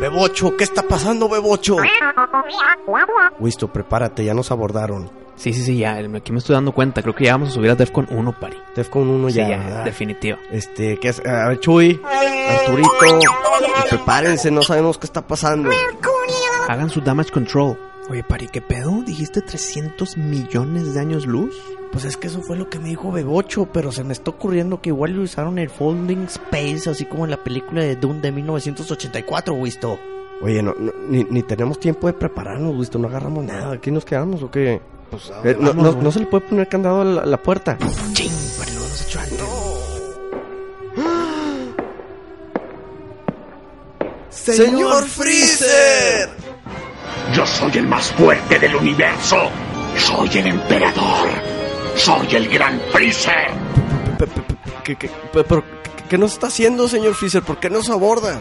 Bebocho, ¿qué está pasando, Bebocho? Wisto, prepárate, ya nos abordaron. Sí, sí, sí, ya, el- aquí me estoy dando cuenta. Creo que ya vamos a subir a Defcon 1, pari. Defcon 1 Sí, ya. ya, ¿verdad? definitivo. Este, ¿qué hace? A ver, Chuy, Arturito, y prepárense, no sabemos qué está pasando. Hagan su damage control. Oye, pari, ¿qué pedo? ¿Dijiste 300 millones de años luz? Pues es que eso fue lo que me dijo Bebocho, pero se me está ocurriendo que igual le usaron el Folding Space, así como en la película de Dune de 1984, Wisto. Oye, no, no- ni, ni tenemos tiempo de prepararnos, Wisto, no agarramos nada. ¿Aquí nos quedamos o qué? Pues, Eh, no, no- no se le puede poner candado a la, a la puerta. Ching, pari, lo hemos hecho antes. ¡Señor Freezer! Yo soy el más fuerte del universo. Soy el emperador. Soy el gran Freezer. Pe- pe- pe- ¿Qué, qué- pe- pero qué- qué nos está haciendo, señor Freezer? ¿Por qué nos aborda?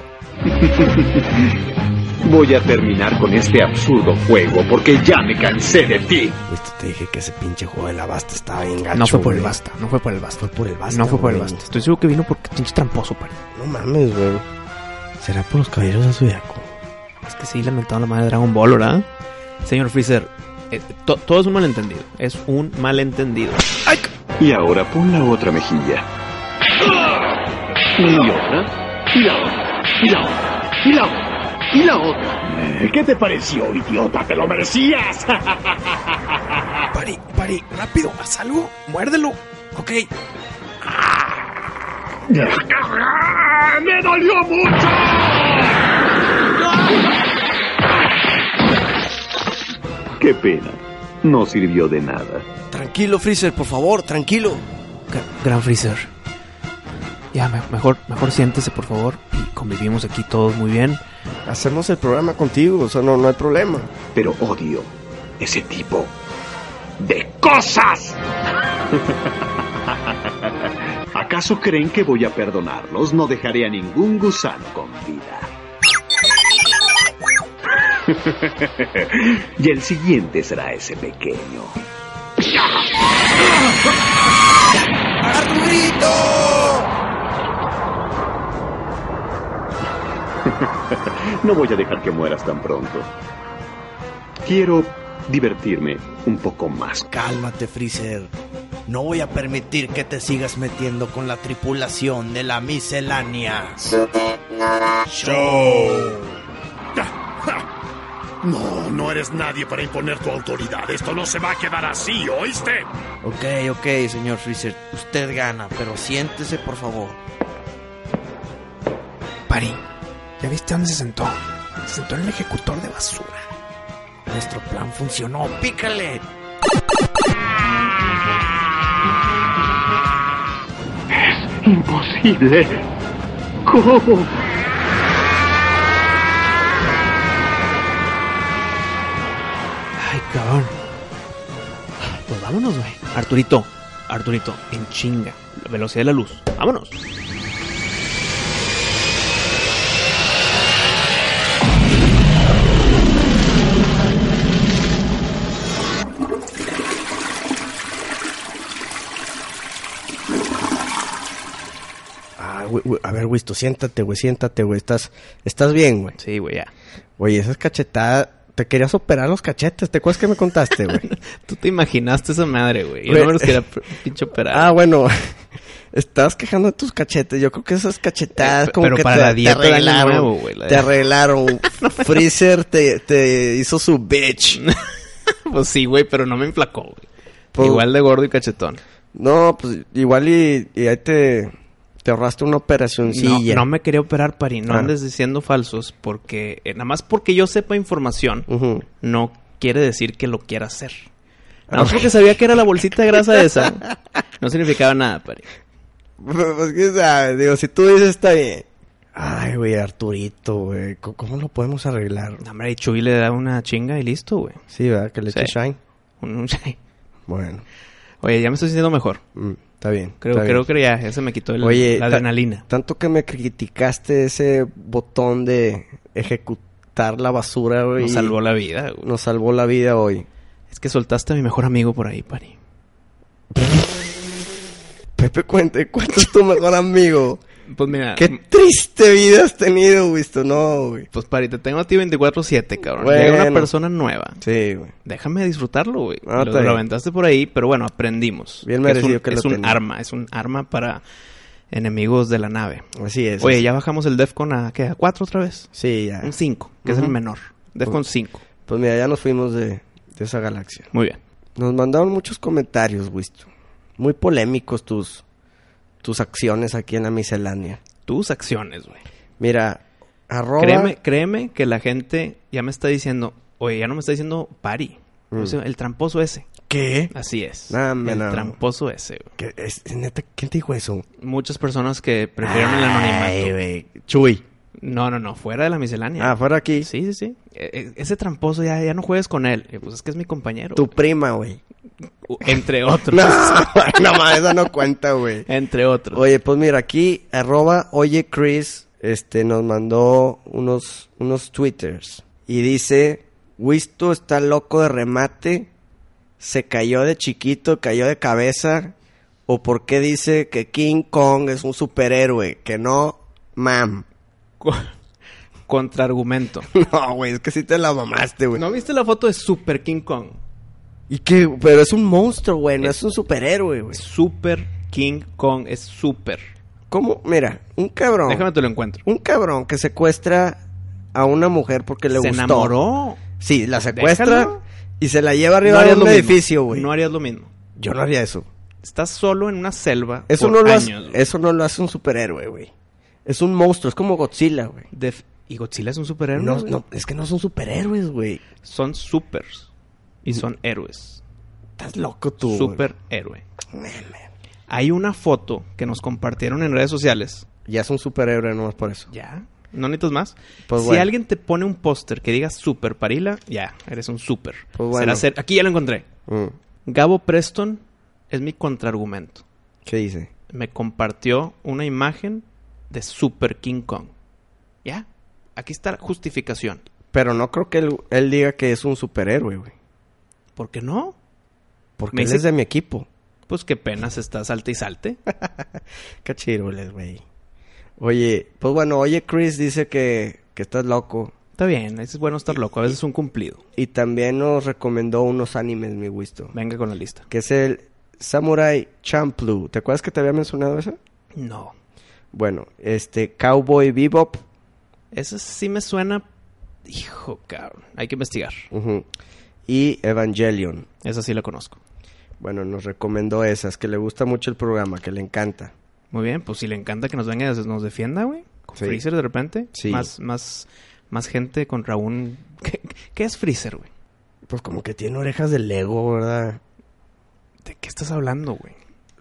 Voy a terminar con este absurdo juego porque ya me cansé de ti. Wisto, te dije que ese pinche juego de la basta estaba bien gacho, No fue por el güey. basta, no fue por el basta. Fue por el basta. No fue por el güey. basta. Estoy seguro que vino porque pinche tramposo, pari. No mames, güey. ¿Será por los caballeros de Zodiaco? Es que sí, lamentado la madre de Dragon Ball, ¿verdad? Señor Freezer, eh, to- todo es un malentendido. Es un malentendido. Y ahora pon la otra mejilla. Y otra. Y la otra. Y la otra. Y la otra. Y la otra. Eh, ¿Qué te pareció, idiota? ¡Te lo merecías! Pari, pari, rápido, haz algo, muérdelo. Ok, ¡Me dolió mucho! ¡Qué pena! No sirvió de nada. Tranquilo, Freezer, por favor, tranquilo. Gra- Gran Freezer. Ya, me- mejor, mejor siéntese, por favor. Y convivimos aquí todos muy bien. Hacemos el programa contigo, o sea, no, no hay problema. Pero odio ese tipo de cosas. ¿Acaso creen que voy a perdonarlos? No dejaré a ningún gusano con vida. y el siguiente será ese pequeño. No voy a dejar que mueras tan pronto. Quiero divertirme un poco más. Cálmate, Freezer. No voy a permitir que te sigas metiendo con la tripulación de la miscelánea. No, no eres nadie para imponer tu autoridad. Esto no se va a quedar así, ¿oíste? Ok, ok, señor Freezer. Usted gana, pero siéntese, por favor. pari, ¿ya viste dónde se sentó? Se sentó en el ejecutor de basura. Nuestro plan funcionó. ¡Pícale! Imposible. ¿Cómo? Ay, cabrón. Pues vámonos, güey. Arturito, Arturito, en chinga. La velocidad de la luz. Vámonos. Ah, güey, güey, a ver, Wisto, siéntate, güey, siéntate, güey. Estás, estás bien, güey. Sí, güey, ya. Güey, esas cachetadas. Te querías operar los cachetes, ¿te acuerdas que me contaste, güey? Tú te imaginaste esa madre, güey. Yo Güey. no me los quería pr- pinche operar. ah, bueno. Estabas quejando de tus cachetes. Yo creo que esas cachetadas Eh, como pero que para te, la te dieta de año arreglaron. nuevo, güey, la te de- arreglaron. Freezer te, te hizo su bitch. pues sí, güey, pero no me enflacó, güey. Pues- Igual de gordo y cachetón. No, pues igual y, y ahí te, te ahorraste una operacioncilla. No, no me quería operar, Pari. No Ah. andes diciendo falsos porque... eh, nada más porque yo sepa información, Ujú. no quiere decir que lo quiera hacer. Nada Ah, más porque sabía que era la bolsita de grasa esa. No significaba nada, Pari. Pues que sabes, digo, si tú dices está bien. Ay, güey, Arturito, güey, ¿cómo- ¿cómo lo podemos arreglar? No, Hombre, y Chuy le da una chinga y listo, güey. Sí, ¿verdad? Que le eche Sí. shine. Un- un- Bueno, Oye, ya me estoy sintiendo mejor. mm, está bien. Creo, está bien. creo que ya, ya se me quitó el- Oye, la ta- adrenalina. Tanto que me criticaste ese botón de ejecutar la basura, güey. Nos salvó la vida, güey. Nos salvó la vida hoy. Es que soltaste a mi mejor amigo por ahí, Pari. Pepe, cuente, ¿cuánto es tu mejor amigo? Pues mira, Qué triste vida has tenido, güey. esto No, güey. pues Pari, te tengo a ti 24-7, cabrón. Bueno. Llega una persona nueva. Sí, güey. Déjame disfrutarlo, güey. Ah, lo, está lo bien. aventaste por ahí, pero bueno, aprendimos. Bien merecido es un, que lo es un tenía. arma, es un arma para enemigos de la nave. Así es. Oye, ya bajamos el DEFCON a, ¿qué? ¿A 4 otra vez? Sí, ya. Un 5, que es Ujú. el menor. DEFCON 5. Pues mira, ya nos fuimos de, de esa galaxia. Muy bien. Nos mandaron muchos comentarios, Wisto. Muy polémicos tus, tus acciones aquí en la miscelánea. Tus acciones, güey. Mira, arroba... Créeme, créeme que la gente ya me está diciendo, oye, ya no me está diciendo Pari. Mm. O sea, El tramposo ese. ¿Qué? Así es. Nah, me el no. tramposo ese, güey. ¿Qué? Es, neta, ¿Quién te dijo eso? Muchas personas que prefieren el anonimato. Ay, güey. Chuy. No, no, no. Fuera de la miscelánea. Ah, fuera aquí. Sí, sí, sí. E- e- ese tramposo ya, ya no juegues con él. Eh, Pues es que es mi compañero. Tu prima, güey. U- Entre otros. No, no más, esa no cuenta, güey. Entre otros. Oye, pues mira, aquí, arroba, oye Chris, este, nos mandó unos, unos twitters. Y dice, Wisto está loco de remate, se cayó de chiquito, cayó de cabeza, o por qué dice que King Kong es un superhéroe, que no, mam. Co- Contraargumento. No, güey, es que sí te la mamaste, güey. ¿No viste la foto de Super King Kong? ¿Y qué? Pero es un monstruo, güey, Eh. no es un superhéroe, güey. Super King Kong es super. ¿Cómo? Mira, un cabrón. Déjame te lo encuentro. Un cabrón que secuestra a una mujer porque le Se gustó. enamoró. Sí, la secuestra Déjalo. y se la lleva arriba de harías un lo mismo. edificio, güey. No harías lo mismo. Yo no haría eso. Estás solo en una selva Eso por no, lo hace, años. güey. eso no lo hace un superhéroe, güey. Es un monstruo, es como Godzilla, güey. Def- ¿Y Godzilla es un superhéroe? No, güey? no, es que no son superhéroes, güey. Son supers. Y son héroes. Estás loco Mm. tú. güey. Superhéroe. Nah, man. Hay una foto que nos compartieron en redes sociales. Ya es un superhéroe nomás por eso. Ya. ¿No necesitas más? Pues si bueno. alguien te pone un póster que diga super parila, ya, eres un super. Pues bueno. Será ser- Aquí ya lo encontré. Mm. Gabo Preston es mi contraargumento. ¿Qué dice? Me compartió una imagen de Super King Kong. Ya. Aquí está la justificación. Pero no creo que él, él diga que es un superhéroe, güey. ¿Por qué no? Porque Me él dice- es de mi equipo. Pues qué pena se está salte y salte. Cachirules, güey. Oye, pues bueno, oye, Chris dice que, que estás loco. Está bien, es bueno estar loco. A veces es un cumplido. Y también nos recomendó unos animes, mi Wisto. Venga con la lista. Que es el Samurai Champloo. ¿Te acuerdas que te había mencionado eso? No. Bueno, este Cowboy Bebop. Eso sí me suena. Hijo, cabrón. Hay que investigar. ujú, Y Evangelion. Esa sí la conozco. Bueno, nos recomendó esas, que le gusta mucho el programa, que le encanta. Muy bien, pues si le encanta que nos venga y nos defienda, güey. Con Sí. Freezer de repente. Sí. Más, más, más gente contra un. ¿Qué, qué es Freezer, güey? Pues como que tiene orejas de Lego, ¿verdad? ¿De qué estás hablando, güey?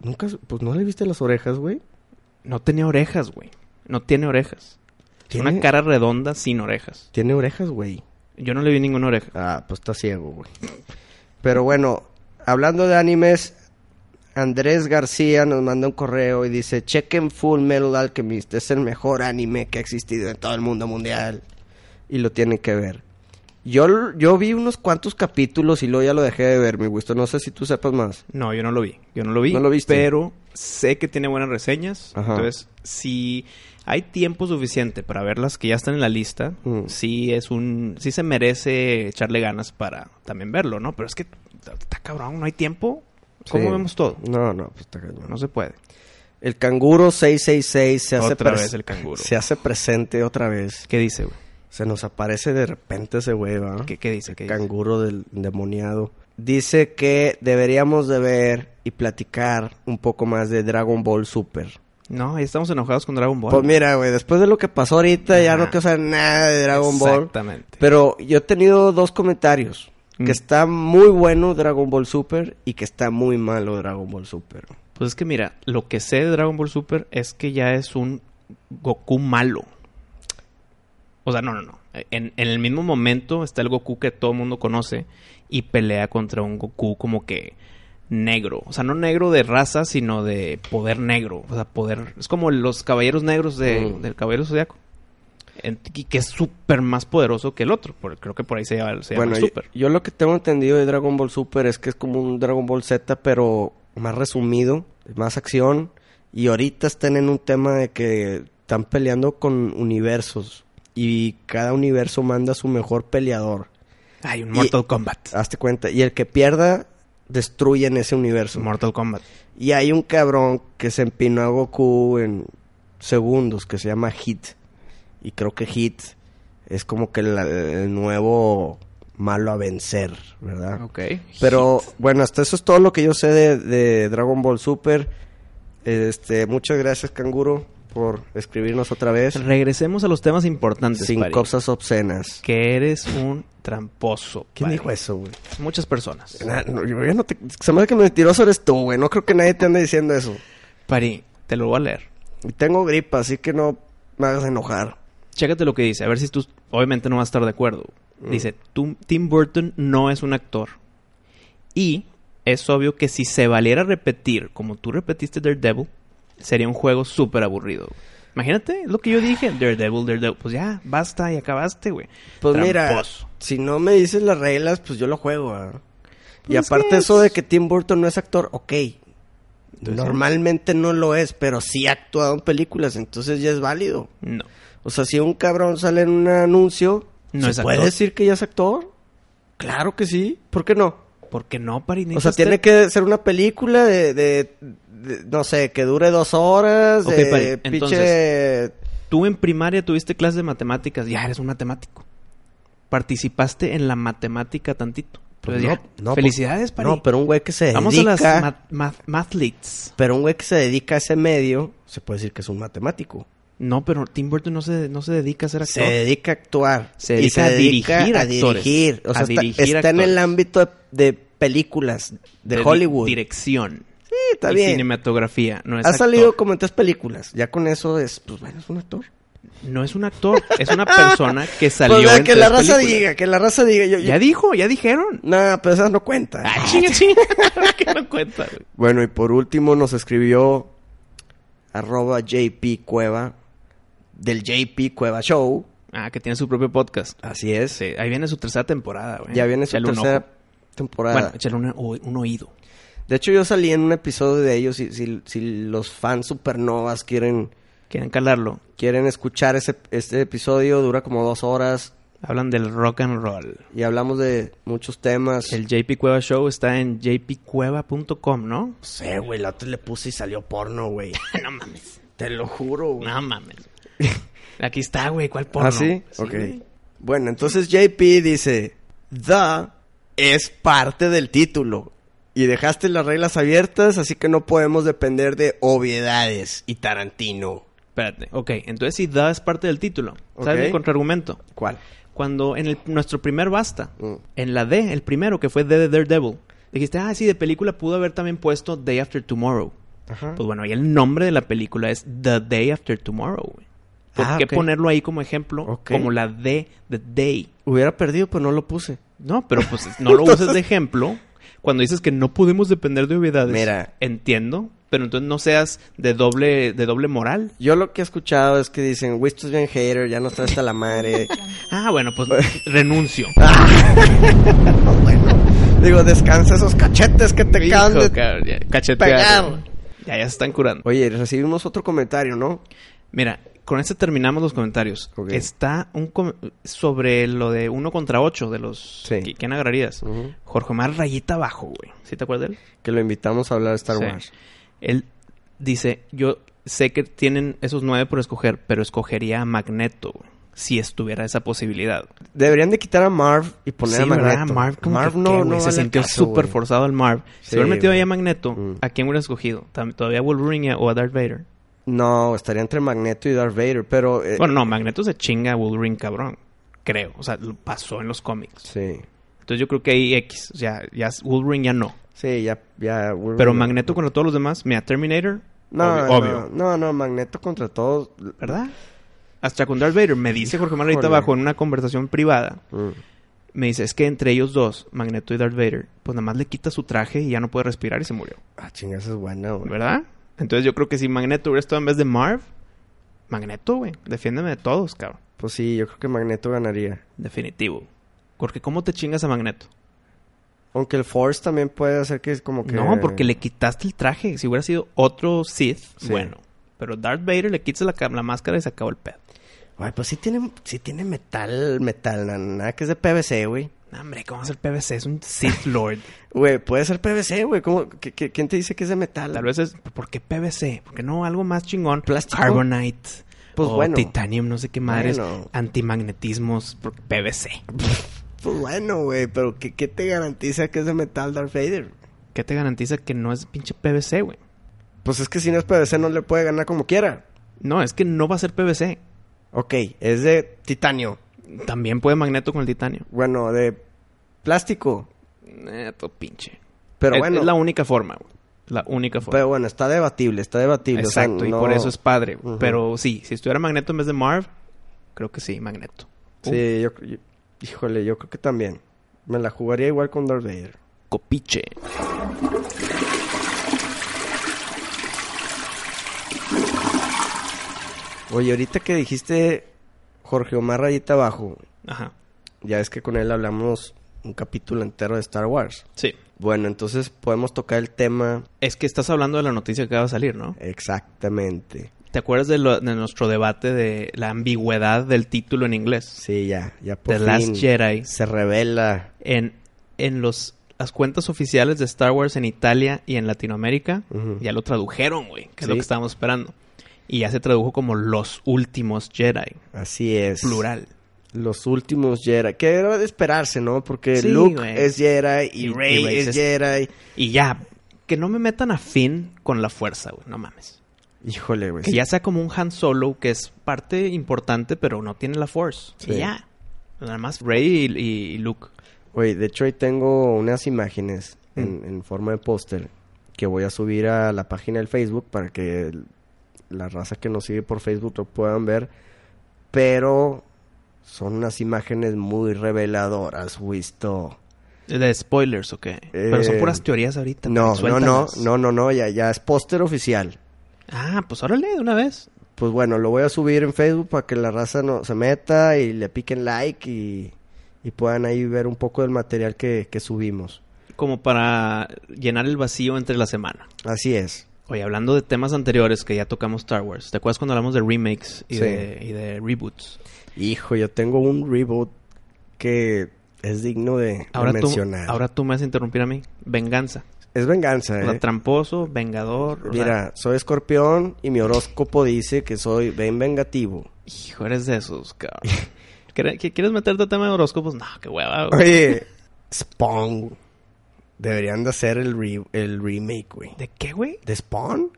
Nunca, s- pues no le viste las orejas, güey. No tenía orejas, güey. No tiene orejas. Tiene una cara redonda sin orejas. Tiene orejas, güey. Yo no le vi ninguna oreja. Ah, pues está ciego, güey. Pero bueno, hablando de animes, Andrés García nos manda un correo y dice, chequen Full Metal Alchemist, es el mejor anime que ha existido en todo el mundo mundial. Y lo tienen que ver. Yo, l- yo vi unos cuantos capítulos y luego ya lo dejé de ver, mi gusto. No sé si tú sepas más. No, yo no lo vi. Yo no lo vi. ¿No lo viste? Pero sé que tiene buenas reseñas. Ajá. Entonces, si hay tiempo suficiente para verlas que ya están en la lista, Mm. sí es un, sí se merece echarle ganas para también verlo, ¿no? Pero es que está está cabrón, no hay tiempo. ¿Cómo Sí. vemos todo? No, no, pues está cañón. No se puede. El canguro 666 se hace, Otra pres- vez el canguro. se hace presente otra vez. ¿Qué dice, güey? Se nos aparece de repente ese güey, ¿va? ¿Qué, qué dice? ¿Qué dice? canguro del endemoniado. Dice que deberíamos de ver y platicar un poco más de Dragon Ball Super. No, ahí estamos enojados con Dragon Ball. Pues mira, güey, después de lo que pasó ahorita ya no Ajá. quiero saber nada de Dragon Ball. Exactamente. Pero yo he tenido dos comentarios. Mm. Que está muy bueno Dragon Ball Super y que está muy malo Dragon Ball Super. Pues es que mira, lo que sé de Dragon Ball Super es que ya es un Goku malo. O sea, no, no, no. En, en el mismo momento está el Goku que todo el mundo conoce y pelea contra un Goku como que negro. O sea, no negro de raza, sino de poder negro. O sea, poder... Es como los caballeros negros de- Mm. del Caballero Zodiaco. En- y que es súper más poderoso que el otro. Por- creo que por ahí se llama, se llama Bueno, el yo, Super. yo lo que tengo entendido de Dragon Ball Super es que es como un Dragon Ball Z, pero más resumido, más acción. Y ahorita están en un tema de que están peleando con universos. Y cada universo manda a su mejor peleador. Hay un y- Mortal Kombat. Hazte cuenta. Y el que pierda, destruye en ese Es universo. un Mortal Kombat. Y hay un cabrón que se empinó a Goku en segundos, que se llama Hit. Y creo que Hit es como que la- el nuevo malo a vencer, ¿verdad? Ok. Pero bueno, hasta eso es todo lo que yo sé de, de Dragon Ball Super. Este, muchas gracias, Canguro, por escribirnos otra vez. Regresemos a los temas importantes. Sin Pari. cosas obscenas. Que eres un tramposo. ¿Quién Pari. dijo eso, güey? Muchas personas. Na- no, yo ya no te- se me hace que mentiroso eres tú, güey. No creo que nadie te ande diciendo eso. Pari, te lo voy a leer. Y tengo gripa, así que no me hagas enojar. Chécate lo que dice, a ver si tú obviamente no vas a estar de acuerdo. Mm. Dice, "Tú- Tim Burton no es un actor. Y es obvio que si se valiera repetir como tú repetiste Daredevil, sería un juego súper aburrido. Imagínate es lo que yo dije, Daredevil, Daredevil. Pues ya, basta y acabaste, güey. Pues mira, Tramposo. si no me dices las reglas, pues yo lo juego. ¿verdad? y Pues aparte que eso de es- que Tim Burton no es actor, ok. Entonces, Normalmente no lo es, pero sí ha actuado en películas, entonces ya es válido. No. O sea, si un cabrón sale en un anuncio, No ¿se es puede actor. decir que ya es actor? Claro que sí. ¿Por qué no? ¿Por qué no, Pari? O sea, tiene que ser una película de, de- de- no sé, que dure dos horas, Ok, de Pari, pinche... entonces- Tú en primaria tuviste clase de matemáticas, ya eres un matemático. Participaste en la matemática tantito. Pues no, ya. no, Felicidades, Pari. No, pero un güey que se dedica... Vamos a las ma- ma- mathletes. Pero un güey que se dedica a ese medio, se puede decir que es un matemático. No, pero Tim Burton no se, no se dedica a ser actor. Se dedica a actuar. Se dedica a dirigir a actores. dirigir. O sea, A está, dirigir está en el actores. ámbito de, de películas de, di- Hollywood. Dirección. Sí, está y bien. cinematografía. No es ha actor. salido como en tres películas. Ya con eso es, pues bueno, es un actor. No es un actor, es una persona que salió Pues, en que tres la raza películas. diga, que la raza diga. Yo, yo- Ya dijo, ya dijeron. Nah, pero esas no cuentan. Ah, chinga, chinga. ¿Qué no cuenta, güey? Bueno, y por último nos escribió arroba JP Cueva del JP Cueva Show. Ah, que tiene su propio podcast. Así es. Sí, ahí viene su tercera temporada, güey. Ya viene su Échale un tercera ojo. temporada. Bueno, échale una- o- un oído. de hecho, yo salí en un episodio de ellos. Si, si, si los fans supernovas quieren, Quieren calarlo. quieren escuchar ese, este episodio, dura como dos horas Hablan del rock and roll. y hablamos de muchos temas. El JP Cueva Show está en jpcueva.com, ¿no? No sé, güey, la otra le puse y salió porno, güey. no mames. Ah, Te lo juro, güey. No mames. Aquí está, güey. ¿Cuál porno? ¿Ah, sí? ok. güey. Bueno, entonces JP dice: The es parte del título. Y dejaste las reglas abiertas, así que no podemos depender de obviedades y Tarantino. Espérate. Ok. Entonces, si da es parte del título. ¿Sabes Ok. mi contraargumento? ¿Cuál? Cuando en el- nuestro primer basta, Mm. en la D, el primero, que fue D de Daredevil, dijiste, ah, sí, de película pudo haber también puesto Day After Tomorrow. Ajá. Pues bueno, ahí el nombre de la película es The Day After Tomorrow, güey. ¿Por Ah, qué ok. ponerlo ahí como ejemplo? Ok. Como la D de Day. Hubiera perdido, pero no lo puse. No, pero pues no lo uses de ejemplo. Cuando dices que no podemos depender de obviedades, Mira. entiendo, pero entonces no seas de doble, de doble moral. Yo lo que he escuchado es que dicen: Güey, esto es bien hater, ya nos traes a la madre. Ah, bueno, pues renuncio. Digo, descansa esos cachetes que te Hijo, acaban de cabrón, ya, cachetear, pegar. güey. Ya, ya se están curando. Oye, recibimos otro comentario, ¿no? Mira, con este terminamos los comentarios. Ok. Está un com- sobre lo de uno contra ocho de los... Sí. que- ¿Quién agarrarías? Ujú. Jorge Mar Rayita Abajo, güey. ¿Sí te acuerdas de él? Que lo invitamos a hablar de Star Sí. Wars. Él dice, yo sé que tienen esos nueve por escoger, pero escogería a Magneto güey, si estuviera esa posibilidad. Deberían de quitar a Marv y poner Sí, a Magneto. ¿verdad? Marv, como que, ¿qué, güey? se vale sintió caso, súper güey. forzado al Marv. Sí, si hubiera metido ahí güey. a Magneto, Mm. ¿a quién hubiera escogido? Tam- ¿Todavía a Wolverine o a Darth Vader? No, estaría entre Magneto y Darth Vader, pero... eh, Bueno, no, Magneto se chinga a Wolverine, cabrón. Creo. O sea, lo pasó en los cómics. Sí. Entonces yo creo que ahí X. O sea, ya Wolverine ya no. Sí, ya, ya. Wolverine- Pero Magneto contra todos los demás, mira, Terminator, No, obvio, obvio. no, no, no, Magneto contra todos. ¿verdad? Hasta con Darth Vader, me dice Jorge Manuel ahorita Híjole. abajo en una conversación privada, Mm. me dice, es que entre ellos dos, Magneto y Darth Vader, pues nada más le quita su traje y ya no puede respirar y se murió, Ah, chinga, eso es bueno, güey. ¿verdad? Entonces yo creo que si Magneto hubiera estado en vez de Marv, Magneto, güey, defiéndeme de todos, cabrón. Pues sí, yo creo que Magneto ganaría. Definitivo. Porque ¿cómo te chingas a Magneto? Aunque el Force también puede hacer que es como que. No, porque le quitaste el traje. Si hubiera sido otro Sith, Sí. bueno. Pero Darth Vader le quitas la, ca- la máscara y se acabó el pedo. Güey, pues sí tiene, sí tiene metal, metal, na- nada que es de PVC, güey. No, hombre, ¿cómo va a ser PVC? Es un Sith Lord. Güey, puede ser PVC, güey. ¿cómo- qué- qué- ¿Quién te dice que es de metal? Tal vez es, ¿por qué PVC? ¿Por qué no algo más chingón? ¿Plástico? Carbonite. Pues o bueno. titanium, no sé qué madres. Bueno. Antimagnetismos, por- PVC. Pues bueno, güey, pero ¿qué, qué te garantiza que es de metal Darth Vader? ¿Qué te garantiza que no es pinche PVC, güey? Pues es que si no es PVC no le puede ganar como quiera. No, es que no va a ser PVC. Ok, es de titanio. También puede magneto con el titanio. Bueno, de plástico. Eh, todo pinche. Pero es, bueno, es la única forma, güey. La única forma. pero bueno, está debatible, está debatible. o sea, Exacto, y no- por eso es padre. Ujú. Pero sí, si estuviera Magneto en vez de Marv, creo que sí, Magneto. Sí, yo, yo- híjole, yo creo que también. Me la jugaría igual con Darth Vader. Copiche. Oye, ahorita que dijiste Jorge Omar Rayita Abajo, Ajá. ya es que con él hablamos un capítulo entero de Star Wars. Sí. Bueno, entonces podemos tocar el tema Es que estás hablando de la noticia que acaba de salir, ¿no? exactamente. ¿Te acuerdas de, lo- de nuestro debate de la ambigüedad del título en inglés? Sí, ya, ya por The fin Last Jedi. se revela. En, en los, las cuentas oficiales de Star Wars en Italia y en Latinoamérica, Ujú. ya lo tradujeron, güey, que es lo Sí. que estábamos esperando. Y ya se tradujo como Los Últimos Jedi, Así es. plural. Los últimos Jedi. Que era de esperarse, ¿no? Porque Sí, Luke güey. es Jedi y Y- Rey y Rey es, es- este. Jedi. Y ya, que no me metan a Finn con la fuerza, güey, no mames. Híjole, güey. Que ya sea como un Han Solo, que es parte importante, pero no tiene la Force. Sí. Y ya. Nada más Rey y, y Luke. Güey, de hecho ahí tengo unas imágenes Mm. en, en forma de póster que voy a subir a la página del Facebook para que el- la raza que nos sigue por Facebook lo puedan ver. Pero son unas imágenes muy reveladoras, Wisto. De spoilers, ok. Pero son Eh, puras teorías ahorita. No, pues, no, no, suéltalas. no, no, no, ya, ya es póster oficial. Ah, pues órale, de una vez. Pues bueno, lo voy a subir en Facebook para que la raza no se meta y le piquen like y, y puedan ahí ver un poco del material que, que subimos. Como para llenar el vacío entre la semana. Así es. Oye, hablando de temas anteriores que ya tocamos Star Wars, ¿te acuerdas cuando hablamos de remakes y, Sí. de, y de reboots? Hijo, yo tengo un reboot que es digno de, de Ahora tú, mencionar. ahora tú me vas a interrumpir a mí. Venganza. Es venganza, O sea, ¿eh? tramposo, vengador. o sea, Mira, soy escorpión y mi horóscopo dice que soy bien vengativo. hijo, eres de esos, cabrón. ¿Quere- que- ¿Quieres meterte a tema de horóscopos? No, qué hueva. güey. Oye, Spawn. Deberían de hacer el, re- el remake, güey. ¿De qué, güey? ¿De Spawn?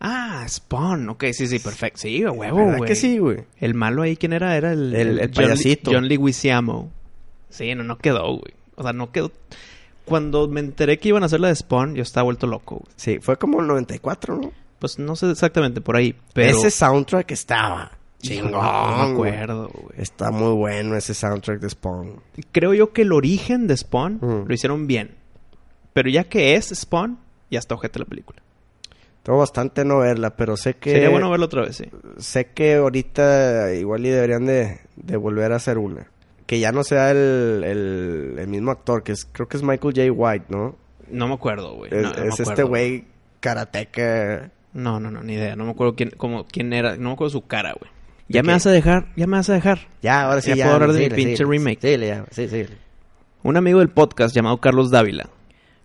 Ah, Spawn. Ok, sí, sí, perfecto. Sí, a huevo, ¿Verdad güey. que sí, güey? El malo ahí, ¿quién era? Era el, El- el John- payasito. John Leguizamo. Sí, no, no quedó, güey. O sea, no quedó. Cuando me enteré que iban a hacer la de Spawn, yo estaba vuelto loco, güey. Sí, fue como el 94, ¿no? Pues no sé exactamente por ahí, pero. Ese soundtrack estaba Híjole, chingón. No me güey. acuerdo, güey. Está muy bueno ese soundtrack de Spawn. Creo yo que el origen de Spawn Mm. lo hicieron bien. Pero ya que es Spawn, ya está ojete la película. Tengo bastante no verla, pero sé que Sería bueno verlo otra vez, sí. sé que ahorita igual y deberían de, de volver a hacer una. Que ya no sea el, el, el mismo actor, que es, creo que es Michael J. White, ¿no? No me acuerdo, güey. es No, no me es este acuerdo. güey karateca. No, no, no, ni idea. No me acuerdo quién, como, quién era. No me acuerdo su cara, güey. Ya ¿De me qué? vas a dejar, ya me vas a dejar. Ya, ahora sí. Ya Ya, puedo hablar de mi síguele, pinche síguele. remake. Síguele, ya, sí, sí. Un amigo del podcast llamado Carlos Dávila.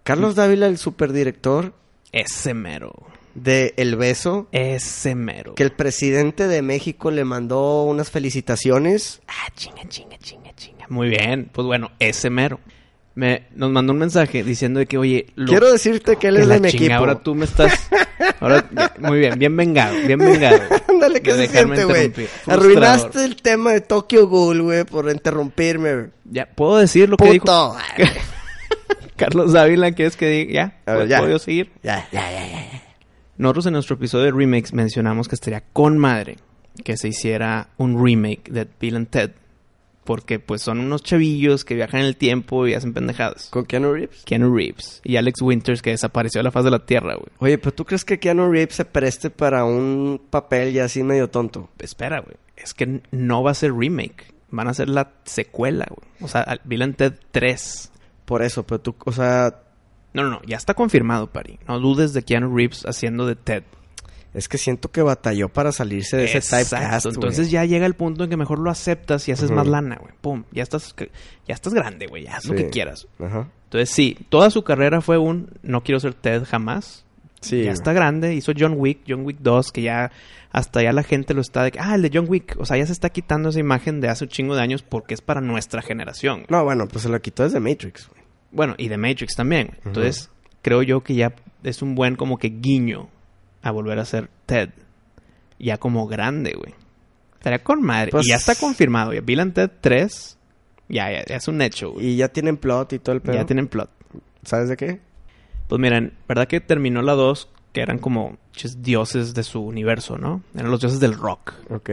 Carlos Dávila, el superdirector Ese mero. de El Beso, Ese mero. que el presidente de México le mandó unas felicitaciones. Ah, chinga, chinga, chinga, chinga. Muy bien. Pues bueno, ese mero. Me, nos mandó un mensaje diciendo de que, oye, lo- Quiero decirte que él que es la de mi chinga, equipo. Ahora tú me estás. Ahora, muy bien, bien vengado, bien vengado. Ándale, ¿qué De se dejarme siente, güey? interrumpir. Arruinaste Frustrador. el tema de Tokyo Ghoul, güey, por interrumpirme, güey. Ya, ¿puedo decir lo que dijo Puto. Carlos Ávila? ¿Quieres que diga? Ya, pues, A ver, ya. ¿puedo yo seguir? Ya, ya, ya, ya. ya. Nosotros en nuestro episodio de remakes mencionamos que estaría con madre que se hiciera un remake de Bill and Ted. Porque pues son unos chavillos que viajan en el tiempo y hacen pendejadas. ¿Con Keanu Reeves? Keanu Reeves y Alex Winters que desapareció de la faz de la Tierra, güey. Oye, pero ¿tú crees que Keanu Reeves se preste para un papel ya así medio tonto? Espera, güey. Es que n- no va a ser remake. Van a ser la secuela, güey. O sea, al- Bill and Ted 3. Por eso, pero tú, o sea, No, no, no. Ya está confirmado, Pari. No dudes de Keanu Reeves haciendo de Ted. es que siento que batalló para salirse de ese typecast, güey. Entonces ya llega el punto en que mejor lo aceptas y haces Ujú. más lana, güey. Pum, ya estás, ya estás grande, güey. Ya haz lo Sí. que quieras. Ajá. Entonces sí, toda su carrera fue un no quiero ser Ted jamás. Sí. ya está grande. Hizo John Wick, John Wick 2, que ya hasta ya la gente lo está de que, ah, el de John Wick. O sea, ya se está quitando esa imagen de hace un chingo de años porque es para nuestra generación. güey. No, bueno, pues se lo quitó desde Matrix, güey. Bueno, y de Matrix también. güey. Entonces, creo yo que ya es un buen como que guiño a volver a ser Ted. Ya como grande, güey. Estaría con madre. Pues- Y ya está confirmado. Ya Bill and Ted 3, ya, ya, ya es un hecho, güey. Y ya tienen plot y todo el pedo. Ya tienen plot. ¿Sabes de qué? Pues miren, ¿verdad que terminó la 2? Que eran como chis, dioses de su universo, ¿no? Eran los dioses del rock. Ok.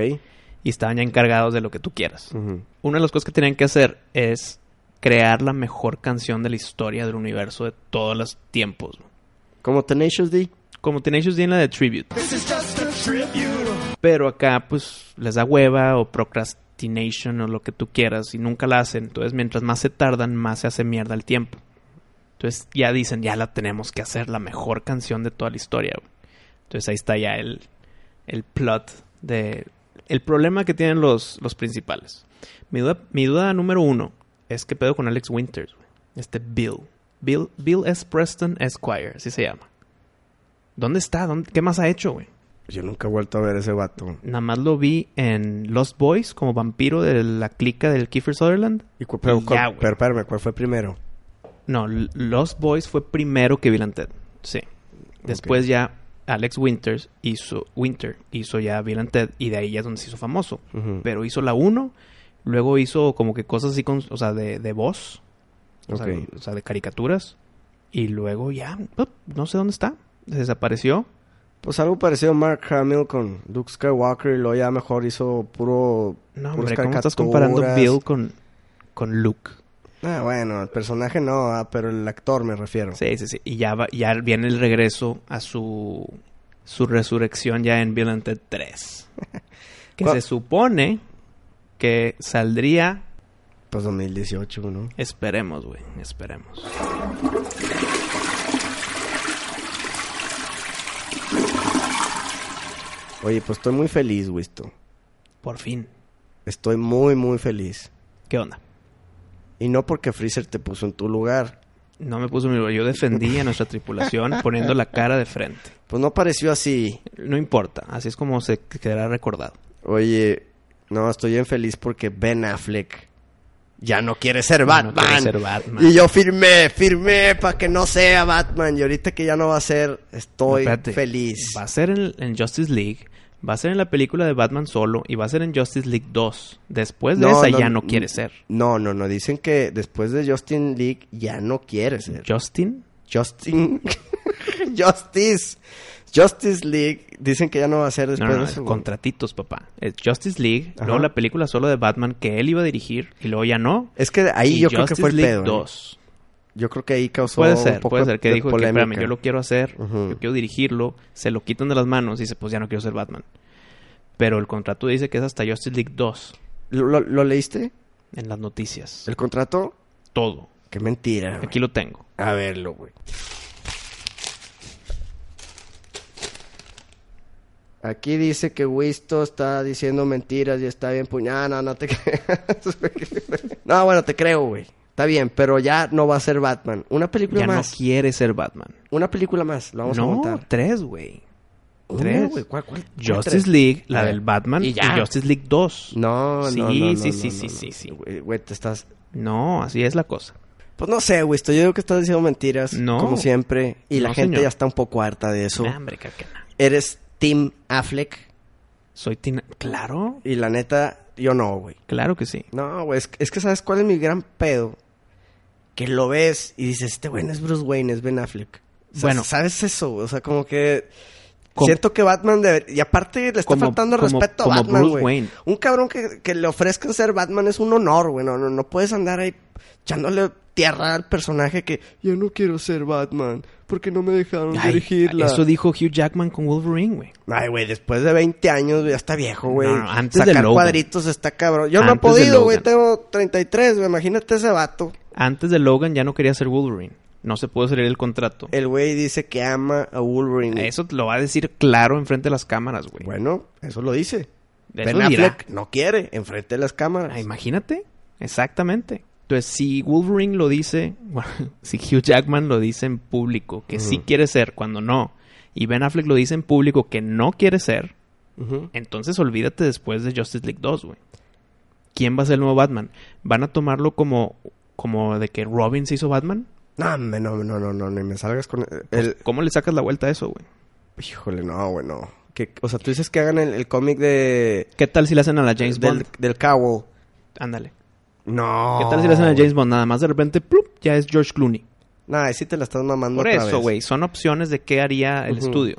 Y estaban ya encargados de lo que tú quieras. Ujú. Una de las cosas que tenían que hacer es crear la mejor canción de la historia del universo de todos los tiempos. güey. Como Tenacious D. Como Tenacious D en la de Tribute. Pero acá, pues, les da hueva o procrastination o lo que tú quieras y nunca la hacen. Entonces, mientras más se tardan, más se hace mierda el tiempo. Entonces, ya dicen, ya la tenemos que hacer la mejor canción de toda la historia. güey. Entonces, ahí está ya el, el plot de... El problema que tienen los, los principales. Mi duda, mi duda número uno es que pedo con Alex Winters, güey. Este Bill. Bill. Bill S. Preston Esquire, así se llama. ¿Dónde está? ¿Dónde- ¿Qué más ha hecho, güey? Yo nunca he vuelto a ver ese vato. Nada más lo vi en Lost Boys como vampiro de la clica del Kiefer Sutherland. Y cu- pero, Ya, cu- güey. pero espérame, ¿cuál fue primero? No, L- Lost Boys fue primero que Bill and Ted. Sí. Después ya Alex Winters hizo Winter, hizo ya Bill and Ted y de ahí ya es donde se hizo famoso. Ujú. Pero hizo la 1, luego hizo como que cosas así, con, o sea, de, de voz, o, sea, Ok. o sea, de caricaturas. Y luego ya, ¡pup! no sé dónde está, desapareció. Pues algo parecido a Mark Hamill con Luke Skywalker y luego ya mejor hizo puro... puras No, hombre, ¿cómo estás caricaturas. comparando Bill con, con Luke? Ah, bueno, el personaje no, ah, pero el actor me refiero. Sí, sí, sí. Y ya, va- ya viene el regreso a su, su resurrección ya en Bill and Ted 3. Que ¿Cuál? se supone que saldría... Pues 2018, ¿no? Esperemos, güey. Esperemos. Oye, pues estoy muy feliz, Wisto. Por fin. Estoy muy, muy feliz. ¿Qué onda? Y no porque Freezer te puso en tu lugar. No me puso mi... Yo defendí a nuestra tripulación poniendo la cara de frente. Pues no pareció así. No importa. Así es como se quedará recordado. Oye, no, estoy bien feliz porque Ben Affleck ya no quiere ser Batman. quiere ser Batman. Y yo firmé, firmé para que no sea Batman. Y ahorita que ya no va a ser, estoy Espérate. feliz. Va a ser en, en Justice League. Va a ser en la película de Batman solo. Y va a ser en Justice League 2. Después de esa ya no quiere ser. No, no, no. Dicen que después de Justin League ya no quiere ser. Justin... Justin. Justice. Justice League. Dicen que ya no va a ser No, después no, no, de es eso. contratitos, papá. Es Justice League, Ajá. luego la película solo de Batman que él iba a dirigir y luego ya no. Es que ahí y yo creo que fue el League pedo. ¿no? 2. Yo creo que ahí causó Puede un ser, poco puede ser que de dijo que polémica. espérame, yo lo quiero hacer, Ujú. yo quiero dirigirlo, se lo quitan de las manos y dice, pues ya no quiero ser Batman. Pero el contrato dice que es hasta Justice League 2 ¿Lo, lo- lo leíste? en las noticias. ¿El contrato? Todo. Qué mentira. güey. Aquí lo tengo. A verlo, güey. Aquí dice que Wisto está diciendo mentiras y está bien puñada. No, no te creas. güey. no, bueno, te creo, güey. Está bien, pero ya no va a ser Batman. Una película Ya no más. quiere ser Batman. Una película más. Lo vamos a No, montar. tres, güey. Una, tres. güey. ¿Cuál, cuál, cuál tres? Justice League, A la ver. del Batman Y y, ya. Justice League 2. No, no, Sí, no, no, sí, no, sí, no, sí, no. sí, sí. Güey, Güey, te estás... No, así es la cosa. Pues no sé, Wisto. Yo digo que estás diciendo mentiras. No. Como siempre. Y la No, gente señor. ya está un poco harta de eso. Nah, hombre, claro que no. Eres Team Affleck. Soy Tina. Claro, Y la neta, yo no, güey. claro que sí. No, güey. Es, es que ¿sabes cuál es mi gran pedo? Que lo ves y dices, este güey no es Bruce Wayne, es Ben Affleck. O sea, Bueno. ¿Sabes eso? güey? O sea, como que... Como- Siento que Batman deber- Y aparte le está Como- faltando como- respeto como a Batman, Bruce güey. Wayne. Un cabrón que, que le ofrezcan ser Batman es un honor, güey. No, no, no puedes andar ahí echándole tierra al personaje que... Yo no quiero ser Batman porque no me dejaron Ay, dirigirla. eso dijo Hugh Jackman con Wolverine, güey. Ay, güey, después de 20 años, güey, ya está viejo, güey. No, no, antes de Sacar Logan. cuadritos está cabrón. Yo no he Antes de podido, güey. Logan. Tengo 33, güey. Imagínate ese vato. Antes de Logan ya no quería ser Wolverine. No se pudo salir el contrato. El güey dice que ama a Wolverine. Eso te lo va a decir claro enfrente de las cámaras, güey. Bueno, eso lo dice. Eso ben dirá. Affleck no quiere, enfrente de las cámaras. Ah, imagínate. Exactamente. Entonces, si Wolverine lo dice, bueno, si Hugh Jackman lo dice en público que sí quiere ser cuando no, y Ben Affleck lo dice en público que no quiere ser, Ujú. entonces olvídate después de Justice League 2, güey. ¿Quién va a ser el nuevo Batman? ¿Van a tomarlo como, como de que Robin se hizo Batman? Pues, No, hombre, no, no, no, no, ni me salgas con... El... ¿Cómo le sacas la vuelta a eso, güey? Híjole, no, güey, no. Que, o sea, tú dices que hagan el, el cómic de... ¿Qué tal si le hacen a la James del, Bond? del Cowl. Ándale. No. ¿Qué tal si le hacen a güey. James Bond? Nada más de repente, ¡plup! ya es George Clooney. No, ahí sí te la estás mamando Por otra eso, vez. güey. Son opciones de qué haría el Ujú. estudio.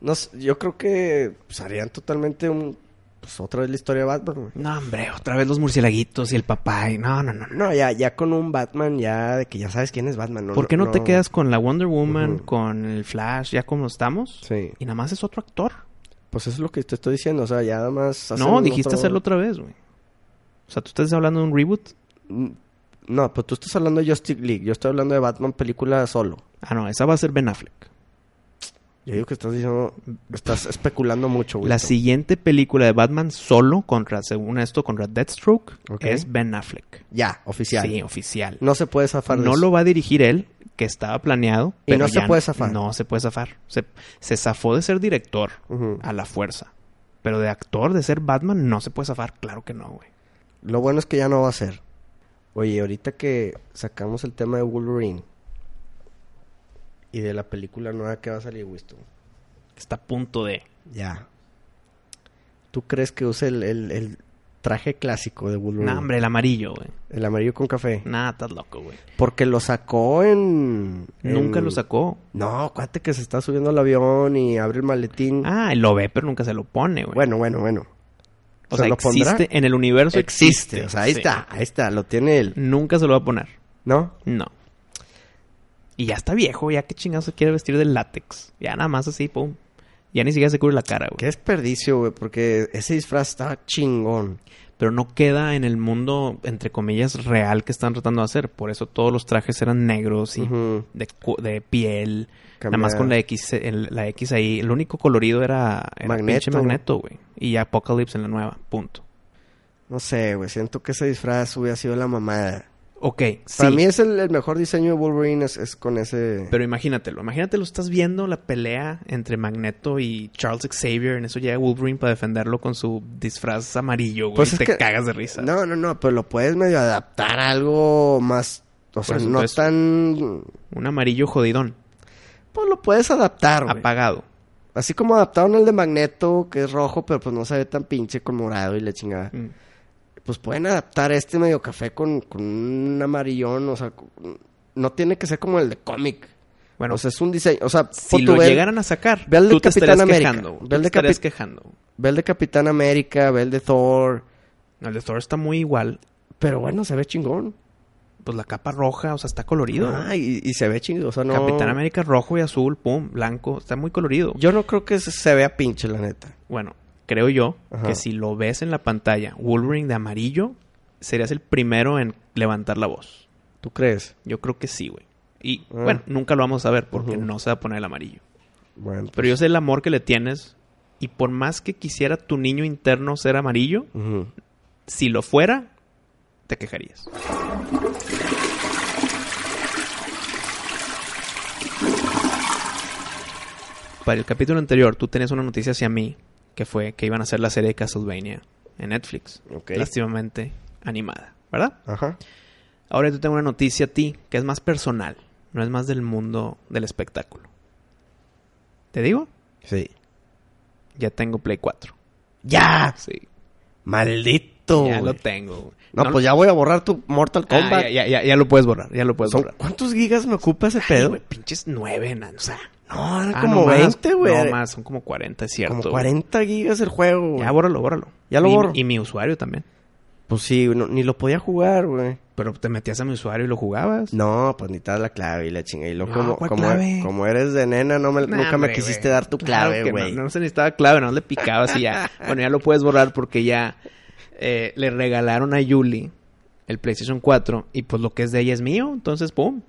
No, sé, yo creo que pues, harían totalmente un... Pues otra vez la historia de Batman, güey. No, hombre, otra vez los murcielaguitos y el papá. y- No, no, no. no. No, ya, ya con un Batman, ya de que ya sabes quién es Batman. No, ¿Por qué no, te quedas con la Wonder Woman, Ujú. con el Flash, ya como estamos? Sí. Y nada más es otro actor. Pues eso es lo que te estoy diciendo, o sea, ya nada más... hacen No, un dijiste otro- hacerlo otra vez, güey. O sea, tú estás hablando de un reboot. Mm, No, pues tú estás hablando de Justice League, yo estoy hablando de Batman película solo. Ah, no, esa va a ser Ben Affleck. Yo digo que estás diciendo... Estás especulando mucho, güey. La siguiente película de Batman solo contra, según esto, contra Deathstroke, Ok. es Ben Affleck. Ya, oficial. Sí, oficial. No se puede zafar de No eso. lo va a dirigir él, que estaba planeado. Y pero no se ya puede zafar. No se puede zafar. Se, se zafó de ser director Ujú. a la fuerza. Pero de actor, de ser Batman, no se puede zafar. Claro que no, güey. Lo bueno es que ya no va a ser. Oye, ahorita que sacamos el tema de Wolverine y de la película nueva que va a salir, Wisto. Está a punto de... Ya. ¿Tú crees que use el, el- el traje clásico de Wolverine? Nah, hombre, el amarillo, güey. El amarillo con café. Nah, estás loco, güey. Porque lo sacó en, en- Nunca lo sacó. No, acuérdate que se está subiendo al avión y abre el maletín. Ah, y lo ve, pero nunca se lo pone, güey. bueno, bueno, bueno. o ¿se sea, lo pondrá? existe en el universo. Existe. O sea, ahí sí. Mm. está, ahí está, lo tiene él. Nunca se lo va a poner. ¿No? No. Y ya está viejo, ya que chingado se quiere vestir de látex. Ya nada más así, pum. Ya ni siquiera se cubre la cara, Qué güey. desperdicio, güey, porque ese disfraz estaba chingón. Pero no queda en el mundo, entre comillas, real que están tratando de hacer. Por eso todos los trajes eran negros y Ujú. de, cu- de piel. Nada Cambiar. más con la X, el- la X ahí. El único colorido era el Magneto. pinche magneto, güey. Y ya Apocalypse en la nueva. Punto. No sé, güey, siento que ese disfraz hubiera sido la mamada. Ok, sí. Para mí es el, el mejor diseño de Wolverine, es, es con ese... Pero imagínatelo, imagínatelo, estás viendo la pelea entre Magneto y Charles Xavier, en eso llega Wolverine para defenderlo con su disfraz amarillo, güey, Pues y es te que- cagas de risa. No, no, no, pero lo puedes medio adaptar a algo más... O sea, eso, no entonces- tan... Un amarillo jodidón, Pues lo puedes adaptar, güey. apagado. Así como adaptaron el de Magneto, que es rojo, pero pues no se ve tan pinche con morado y la chingada. Mm. Pues pueden adaptar este medio café con, con un amarillón, o sea... con- No tiene que ser como el de cómic. Bueno, o sea, es un diseño... O sea, si pon lo tú, ve el- llegaran a sacar, ve al de tú te Capitán estarías América, quejando. güey, ve tú al te de estarías Capi- quejando. güey. Ve el de Capitán América, ve el de Thor. No, El de Thor está muy igual, Pero bueno, se ve chingón. pues la capa roja, o sea, está colorido. Ah, güey. y, y se ve chingón. O sea, no. Capitán América rojo y azul, pum, blanco, está muy colorido. Yo no creo que se- se vea pinche, la neta. Bueno, creo yo Ajá. que si lo ves en la pantalla, Wolverine de amarillo, serías el primero en levantar la voz. ¿Tú crees? Yo creo que sí, güey. Y Ah. bueno, nunca lo vamos a ver porque Ujú. no se va a poner el amarillo. Bueno. pues, Pero yo sé el amor que le tienes. Y por más que quisiera tu niño interno ser amarillo, Ujú. si lo fuera, te quejarías. Para el capítulo anterior, tú tenías una noticia hacia mí que fue que iban a hacer la serie de Castlevania en Netflix. Ok. Lástimamente animada, ¿verdad? Ajá. Ahora yo tengo una noticia a ti que es más personal, no es más del mundo del espectáculo. ¿Te digo? Sí. Ya tengo Play 4. ¡Ya! Sí. ¡Maldito! Ya lo güey. tengo. güey. No, pues ya voy a borrar tu Mortal Ah, Kombat. ya, ya, ya- ya lo puedes borrar, ya lo puedes Son- borrar. ¿Cuántos gigas me ocupa ese Ay, pedo? güey, pinches nueve, nan, o sea. no, eran Ah, como no más, 20, güey. No más, son como 40, es cierto. como güey. 40 gigas el juego, güey. Ya bórralo, bórralo. Ya lo Y- borro. Y mi usuario también. Pues sí, no- ni lo podía jugar, güey. Pero te metías a mi usuario y lo jugabas. No, pues ni te das la clave y la chinga. Y luego, No, como, ¿cuál como, clave? como eres de nena, no me, Nah, nunca me hombre, quisiste güey. dar tu Claro clave, que güey. no, no se necesitaba clave, no le picabas y ya. Bueno, ya lo puedes borrar porque ya eh, le regalaron a Yuli el PlayStation 4 y pues lo que es de ella es mío, entonces pum.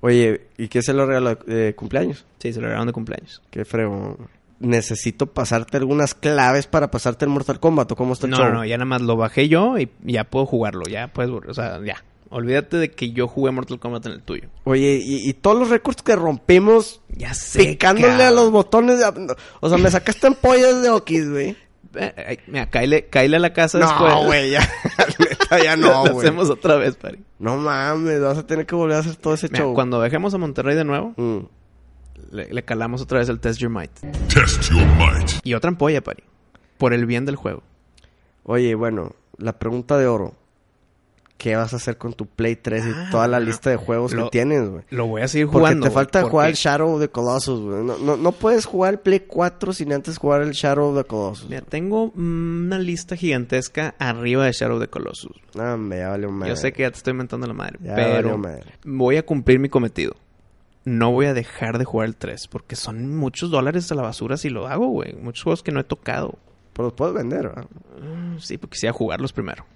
Oye, ¿y qué se lo regaló de cumpleaños? Sí, se lo regalaron de cumpleaños. Qué frego. Necesito pasarte algunas claves para pasarte el Mortal Kombat. ¿o ¿Cómo está el No, show? no, no, ya nada más lo bajé yo y ya puedo jugarlo, ya puedes, borrar, o sea, ya. Olvídate de que yo jugué Mortal Kombat en el tuyo. Oye, y, y todos los récords que rompimos Ya sé. picándole a cabrón. los botones. de- no, O sea, me sacaste en pollas de Okis, güey. Eh, eh, mira, cáele, cáele a la casa después. No, güey, ya. Neta, ya Lo no, güey. hacemos otra vez, pari. No mames, vas a tener que volver a hacer todo ese Mira, Este show. cuando dejemos a Monterrey de nuevo, Mm. le, le calamos otra vez el Test Your Might. Test Your Might. Y otra ampolla, pari. Por el bien del juego. Oye, bueno, la pregunta de oro. ¿Qué vas a hacer con tu Play 3 y Ah, toda la bueno. lista de juegos Lo- que tienes, güey? Lo voy a seguir Porque jugando. te güey, falta porque- jugar el Shadow of the Colossus, güey. No, no, no puedes jugar el Play 4 sin antes jugar el Shadow of the Colossus. Mira, tengo una lista gigantesca arriba de Shadow of the Colossus. No, me ya valió madre. Yo sé que ya te estoy inventando la madre, Ya valió pero madre. voy a cumplir mi cometido. No voy a dejar de jugar el 3, porque son muchos dólares a la basura si lo hago, güey. Muchos juegos que no he tocado. Pero los puedes vender, ¿verdad? Mm, Sí, porque quisiera jugarlos primero.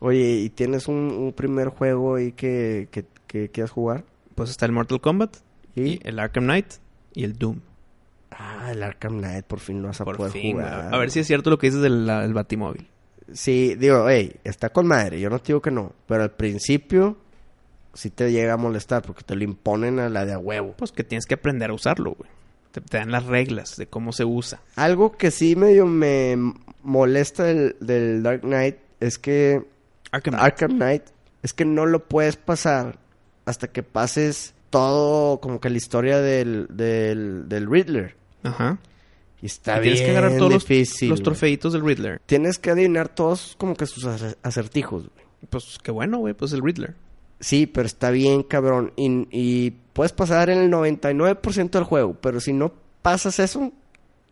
Oye, ¿y tienes un, un primer juego ahí que, que, que quieras jugar? Pues está el Mortal Kombat, ¿Y? y el Arkham Knight y el Doom. Ah, el Arkham Knight, por fin lo vas a Por poder fin, güey. jugar. A ver si es cierto lo que dices del la- el Batimóvil. Sí, digo, hey, está con madre, yo no te digo que no, pero al principio sí te llega a molestar porque te lo imponen a la de a huevo. Pues que tienes que aprender a usarlo, güey. Te, te dan las reglas de cómo se usa. Algo que sí medio me molesta del, del Dark Knight es que Arkham Knight. Arkham Knight es que no lo puedes pasar hasta que pases todo como que la historia del, del, del Riddler. Ajá. Y está Y bien tienes que agarrar todos los- difícil, los, güey. trofeitos del Riddler. Tienes que adivinar todos como que sus ace- acertijos, güey. Pues qué bueno, güey. Pues el Riddler. Sí, pero está bien, cabrón. Y, y puedes pasar el 99% del juego, pero si no pasas eso,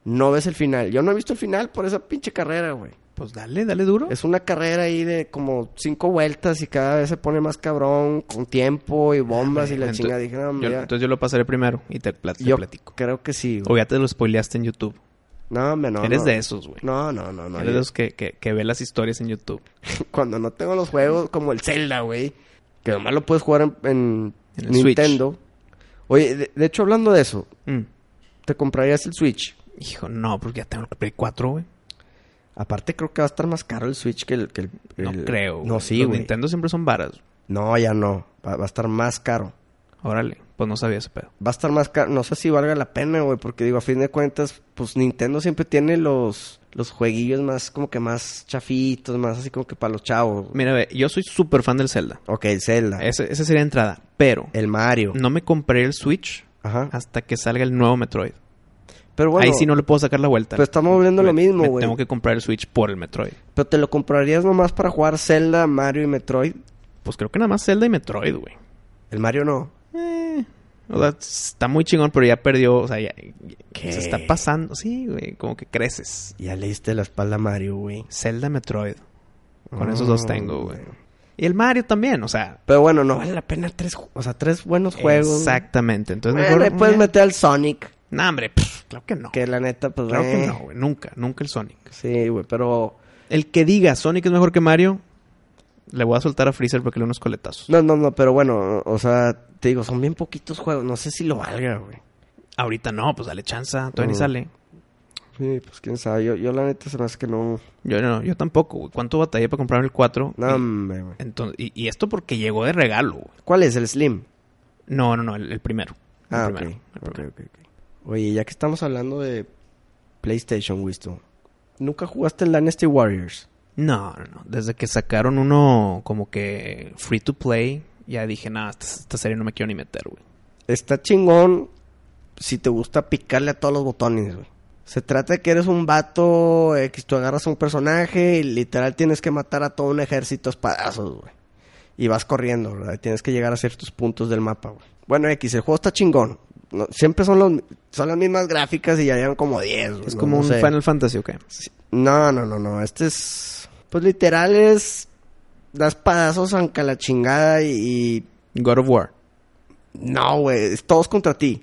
no ves el final. Yo no he visto el final por esa pinche carrera, güey. Pues dale, dale duro. Es una carrera ahí de como cinco vueltas y cada vez se pone más cabrón con tiempo y bombas y la Ah, Entonces- chinga. Dije, no, yo- mira, entonces yo lo pasaré primero y te, plat- te yo platico. creo que sí. O güey. ya te lo spoileaste en YouTube. No, hombre, no. Eres no. de esos, güey. No, no, no, no. Eres de los que, que, que ve las historias en YouTube. Cuando no tengo los juegos como el Zelda, güey, que nomás lo puedes jugar en, en En el Nintendo. Oye, de- de hecho, hablando de eso, Mm. te comprarías el Switch. Hijo, no, porque ya tengo el Play 4, güey. Aparte creo que va a estar más caro el Switch que el... Que el- No el- creo. No, güey. sí, Los güey. Nintendo siempre son varas. No, ya no. Va, va a estar más caro. Órale, pues no sabía ese pedo. Va a estar más caro. No sé si valga la pena, güey, porque digo, a fin de cuentas, pues Nintendo siempre tiene los, los jueguillos más como que más chafitos, más así como que para los chavos. güey. Mira, ve, yo soy súper fan del Zelda. Ok, el Zelda. Ese, ese sería entrada. Pero El Mario. no me compré el Switch Ajá. hasta que salga el nuevo Metroid. Pero bueno, Ahí sí no le puedo sacar la vuelta. pero estamos viendo lo Me- mismo, me güey. Tengo que comprar el Switch por el Metroid. Pero te lo comprarías nomás para jugar Zelda, Mario y Metroid. Pues creo que nada más Zelda y Metroid, güey. El Mario no. Eh, o sea, está muy chingón, pero ya perdió. O sea, ya, ya- ¿Qué? se está pasando. Sí, güey, como que creces. Ya le diste la espalda a Mario, güey. Zelda Metroid. Con esos Oh, dos tengo, güey. Y el Mario también, o sea. Pero bueno, no vale la pena tres, ju- o sea, tres buenos juegos. Exactamente. Entonces Bueno, mejor. le puedes eh, meter al Sonic, nah, hombre, pff, claro que no. que la neta, pues, Claro que eh, no, güey. Nunca, nunca el Sonic. Sí, güey, pero... El que diga Sonic es mejor que Mario, le voy a soltar a Freezer porque le doy unos coletazos. No, no, no, pero bueno, o sea, te digo, son bien poquitos juegos, no sé si lo valga, güey. Ahorita no, pues dale chanza, todavía Mm. ni sale. Sí, pues quién sabe, yo, yo la neta se me hace que no... Yo no, yo tampoco, güey. ¿Cuánto batallé para comprar el 4? No, hombre, güey. Entonces, y, y esto porque llegó de regalo, güey. ¿Cuál es? ¿El Slim? No, no, no, el, el primero. El Ah, ok, primero, el ok, primero. ok, ok. Oye, ya que estamos hablando de PlayStation, Wisto, ¿nunca jugaste el Dynasty Warriors? No, no, no. Desde que sacaron uno como que free to play, ya dije, nada, esta, esta serie no me quiero ni meter, güey. Está chingón si te gusta picarle a todos los botones, güey. Se trata de que eres un vato, eh, que tú agarras a un personaje y literal tienes que matar a todo un ejército a espadazos, güey. Y vas corriendo, ¿verdad? Y Tienes que llegar a ciertos puntos del mapa, güey. Bueno, X, el juego está chingón. No, siempre son, los, son las mismas gráficas y ya llevan como 10, güey, Es no- como Pues no un sé. Final Fantasy, ¿ok? No, no, no, no. Este es. Pues literal es. Das padazos anca la chingada y. y- God of War. No, güey. Es todos contra ti.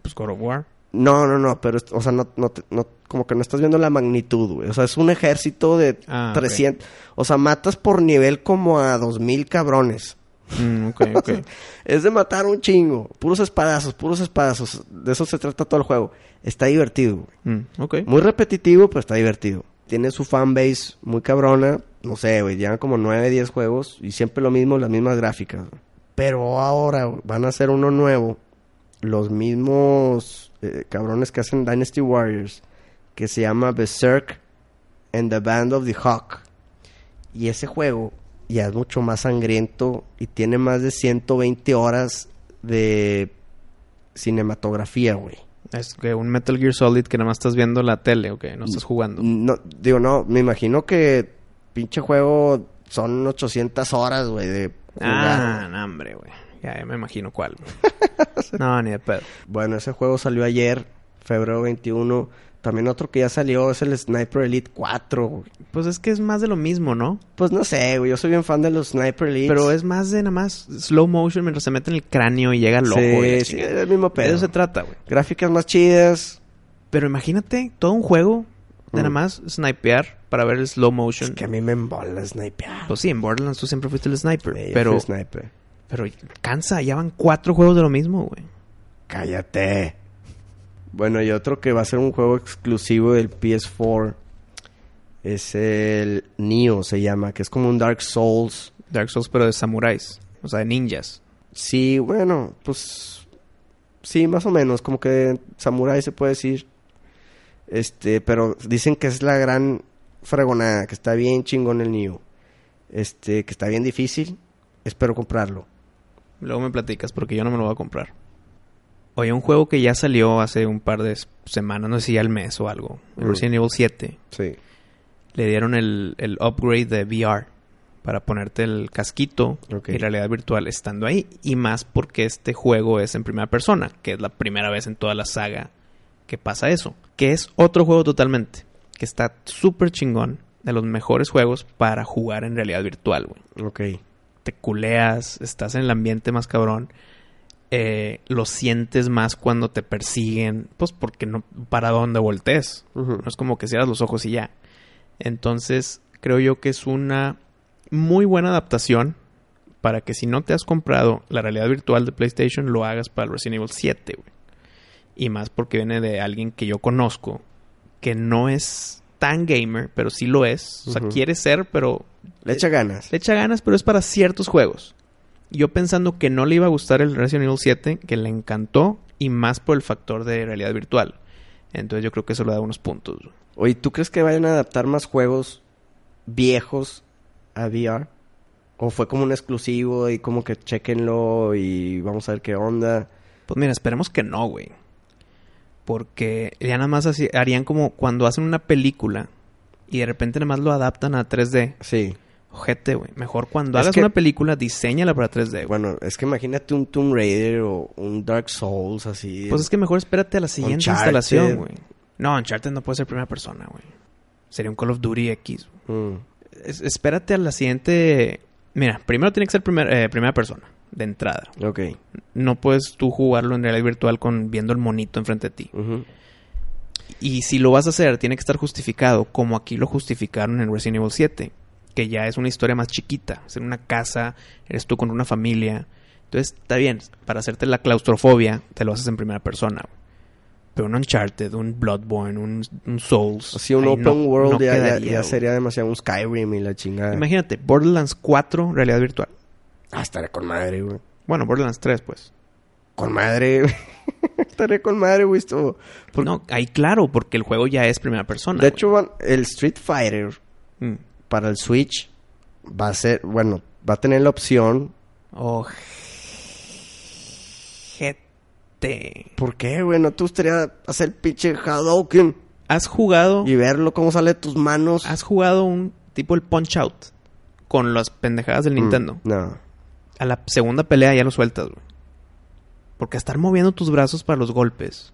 Pues God of War. No, no, no. Pero, es- o sea, no, no, te- no- Como que no estás viendo la magnitud, güey. O sea, es un ejército de Ah, ok. 300. O sea, matas por nivel como a 2000 cabrones. Mm, ok, ok. Es de matar un chingo. Puros espadazos, puros espadazos. De eso se trata todo el juego. Está divertido, güey. Mm, ok. Muy repetitivo, pero está divertido. Tiene su fanbase muy cabrona. No sé, güey. Llevan como 9, 10 juegos y siempre lo mismo, las mismas gráficas. güey. Pero ahora güey, van a hacer uno nuevo. Los mismos eh, cabrones que hacen Dynasty Warriors. Que se llama Berserk and the Band of the Hawk. Y ese juego ya es mucho más sangriento y tiene más de 120 horas de cinematografía, güey. Es que un Metal Gear Solid que nada más estás viendo la tele, ok, no estás jugando. No, digo, no, me imagino que pinche juego son 800 horas, güey, de Ah, jugar. no, hombre, güey. Ya, ya me imagino cuál. güey. no, ni de pedo. Bueno, ese juego salió ayer, febrero 21. También otro que ya salió es el Sniper Elite 4. güey. Pues es que es más de lo mismo, ¿no? Pues no sé, güey, yo soy bien fan de los Sniper Elite. Pero es más de nada más slow motion mientras se mete en el cráneo y llega loco. y la Sí, sí, chingada. es el mismo de pedo. eso se trata, güey. Gráficas más chidas. Pero imagínate todo un juego de nada Mm. más snipear para ver el slow motion. Es que a mí me embola snipear. Pues sí, en Borderlands tú siempre fuiste el sniper. Sí, yo pero, soy sniper. pero cansa, ya van cuatro juegos de lo mismo, güey. Cállate. Bueno, y otro que va a ser un juego exclusivo del PS4 es el Neo, se llama, que es como un Dark Souls. Dark Souls, pero de samuráis. O sea, de ninjas. Sí, bueno, pues sí, más o menos, como que samurai se puede decir. Este, pero dicen que es la gran fregonada, que está bien chingón el Neo. Este, que está bien difícil. Espero comprarlo. Luego me platicas porque yo no me lo voy a comprar. Oye, un juego que ya salió hace un par de s- semanas, no sé si ya el mes o algo. El Mm. Resident Evil 7. Sí. Le dieron el, el upgrade de VR para ponerte el casquito Ok. y realidad virtual estando ahí. Y más porque este juego es en primera persona, que es la primera vez en toda la saga que pasa eso. Que es otro juego totalmente. Que está súper chingón. De los mejores juegos para jugar en realidad virtual, güey Ok. te culeas, estás en el ambiente más cabrón, eh, lo sientes más cuando te persiguen, pues porque no, para dónde voltees. Ujú. No es como que cierras los ojos y ya. Entonces, creo yo que es una muy buena adaptación para que si no te has comprado la realidad virtual de PlayStation, lo hagas para el Resident Evil 7, güey. Y más porque viene de alguien que yo conozco, que no es tan gamer, pero sí lo es. O sea, Ujú. quiere ser, pero Le echa ganas. le echa ganas, pero es para ciertos juegos. Yo pensando que no le iba a gustar el Resident Evil 7, que le encantó, y más por el factor de realidad virtual. Entonces yo creo que eso le da unos puntos. güey. Oye, ¿tú crees que vayan a adaptar más juegos viejos a VR? ¿O fue como un exclusivo y como que chequenlo y vamos a ver qué onda? Pues mira, esperemos que no, güey. Porque ya nada más así- harían como cuando hacen una película y de repente nada más lo adaptan a 3D. Sí. Ojete, güey. Mejor cuando Es hagas que- una película, diseñala para 3D, güey. Eh, Bueno, es que imagínate un Tomb Raider o un Dark Souls así. Pues es que mejor espérate a la siguiente Uncharted. instalación, güey. No, Uncharted no puede ser primera persona, güey. Sería un Call of Duty X, güey. Mm, Es- espérate a la siguiente. Mira, primero tiene que ser primer- eh, primera persona, de entrada. ok. No puedes tú jugarlo en realidad virtual con viendo el monito enfrente de ti. Ujú. Y si lo vas a hacer, tiene que estar justificado, como aquí lo justificaron en Resident Evil 7, que ya es una historia más chiquita. Es en una casa, eres tú con una familia. Entonces, está bien, para hacerte la claustrofobia, te lo haces en primera persona. güey. Pero un Uncharted, un Bloodborne, un, un Souls. Así un ahí Open no- World no ya, ya- quedaría, ya güey. sería demasiado un Skyrim y la chingada. Imagínate, Borderlands 4, realidad virtual. Ah, estaré con madre, güey. Bueno, Borderlands 3, pues. Con madre, güey. estaré con madre, güey. esto. No, ahí claro, porque el juego ya es primera persona. De güey. hecho, van- el Street Fighter Mm. para el Switch va a ser, bueno, va a tener la opción. Oh, gente. ¿Por qué, güey? ¿No te gustaría hacer pinche Hadouken ¿Has jugado, y verlo cómo sale de tus manos? has jugado un tipo el Punch Out con las pendejadas del Mm, Nintendo? No. A la segunda pelea ya lo sueltas, güey. Porque estar moviendo tus brazos para los golpes.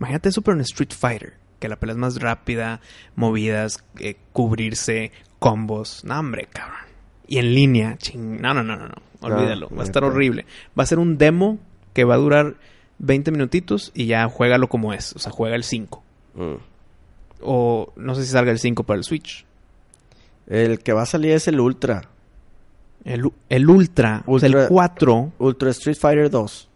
Imagínate eso, pero en Street Fighter. Que la pelea es más rápida, movidas, eh, cubrirse, combos. No, hombre, cabrón. Y en línea, ching. No, no, no, no, no. Olvídalo. Va a estar neta. horrible. Va a ser un demo que va a durar 20 minutitos y ya juégalo como es. O sea, juega el 5. Mm. O no sé si salga el 5 para el Switch. El que va a salir es el Ultra. El, u- el Ultra, o sea, el Ultra- 4. Ultra Street Fighter 2.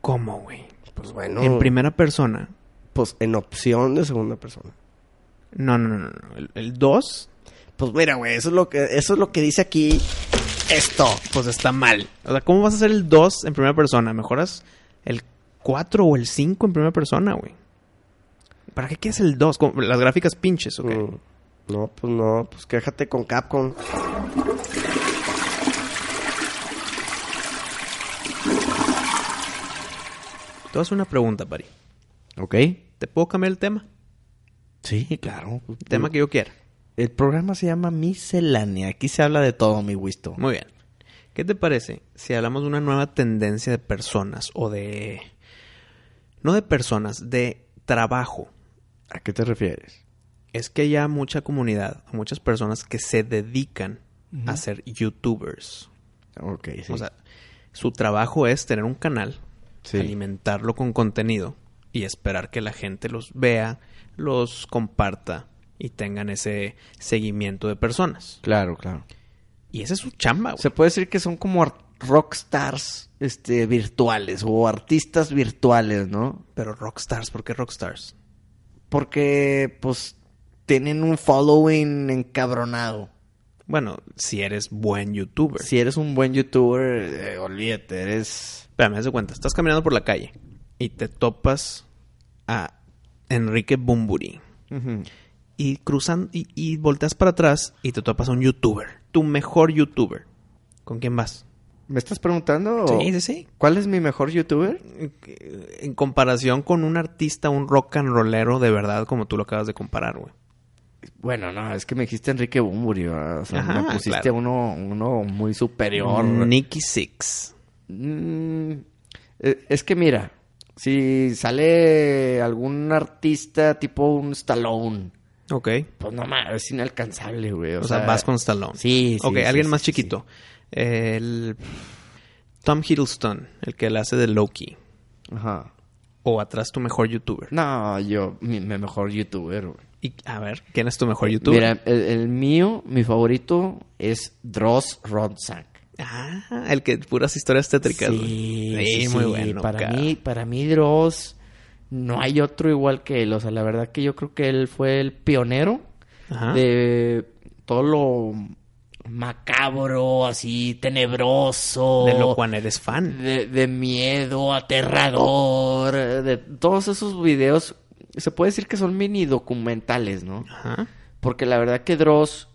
¿Cómo, güey? Pues bueno. En primera persona. Pues en opción de segunda persona. No, no, no, no, no. El- El 2, Pues mira, güey, eso es lo que eso es lo que dice aquí esto. pues está mal. O sea, ¿cómo vas a hacer el 2 en primera persona? ¿Mejoras el 4 o el 5 en primera persona, güey? ¿Para qué quieres el 2? ¿Cómo- Las gráficas pinches, ok. Mm. No, pues no, pues quéjate con Capcom. Te voy a hacer una pregunta, Pari. Ok. ¿Te puedo cambiar el tema? Sí, claro. El tema que yo quiera. El programa se llama Miscelánea. Aquí se habla de todo, mi Wisto. Muy bien. ¿Qué te parece si hablamos de una nueva tendencia de personas o de... No de personas, de trabajo? ¿A qué te refieres? Es que hay ya mucha comunidad, muchas personas que se dedican a ser youtubers. Ok, sí. O sea, su trabajo es tener un canal, Sí. alimentarlo con contenido y esperar que la gente los vea, los comparta y tengan ese seguimiento de personas. claro, claro. Y esa es su chamba, güey. Se puede decir que son como ar- rockstars este virtuales o artistas virtuales, ¿no? Pero rockstars, ¿por qué rockstars? Porque, pues, tienen un following encabronado. Bueno, si eres buen Pues. youtuber. Si eres un buen youtuber, eh, olvídate, eres... Pero me das cuenta, estás caminando por la calle y te topas a Enrique Bumburi. y cruzan y, y volteas para atrás y te topas a un youtuber, tu mejor youtuber. ¿Con quién vas? ¿Me estás preguntando? sí, sí. ¿Cuál es mi mejor youtuber? En comparación con un artista, un rock and rollero de verdad, como tú lo acabas de comparar, güey. Bueno, no, es que me dijiste Enrique Bumburi, ¿verdad? o sea, me Ajá, pusiste claro. uno, uno muy superior. Nicky Six. Mm, eh, es que mira, si sale algún artista tipo un Stallone, Ok. pues no mames, es inalcanzable, güey. O, O, sea, vas con Stallone. Sí, sí, Ok, sí, alguien sí, más sí, chiquito. El... Tom Hiddleston, el que le hace de Loki. Ajá. O atrás tu mejor youtuber. No, yo, mi, mi mejor youtuber, güey. Y a ver, ¿quién es tu mejor youtuber? Mira, el, el mío, mi favorito es Dross Ronsack. Ah, el que puras historias tétricas. güey. Sí, muy bueno. Para cara. mí, para mí Dross no hay otro igual que él. O sea, la verdad que yo creo que él fue el pionero Ajá. de todo lo macabro, así tenebroso, de lo cual eres fan. de, de miedo, aterrador, de todos esos videos. Se puede decir que son mini documentales, ¿no? Ajá. Porque la verdad que Dross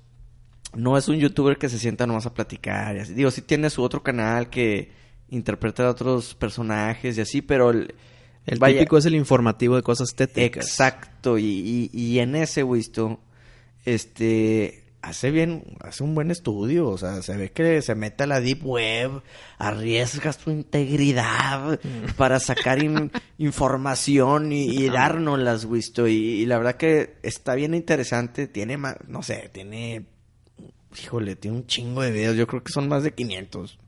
no es un youtuber que se sienta nomás a platicar. Y así. Digo, sí tiene su otro canal que interpreta a otros personajes y así, pero... El, El vaya, típico es el informativo de cosas tétricas. Exacto. Y, y- y en ese, Wisto, este... Hace bien, hace un buen estudio, o sea, se ve que se mete a la deep web, arriesgas tu integridad para sacar in- información y, y dárnoslas, Wisto, y, y la verdad que está bien interesante, tiene más, no sé, tiene, híjole, tiene un chingo de videos, yo creo que son más de 500.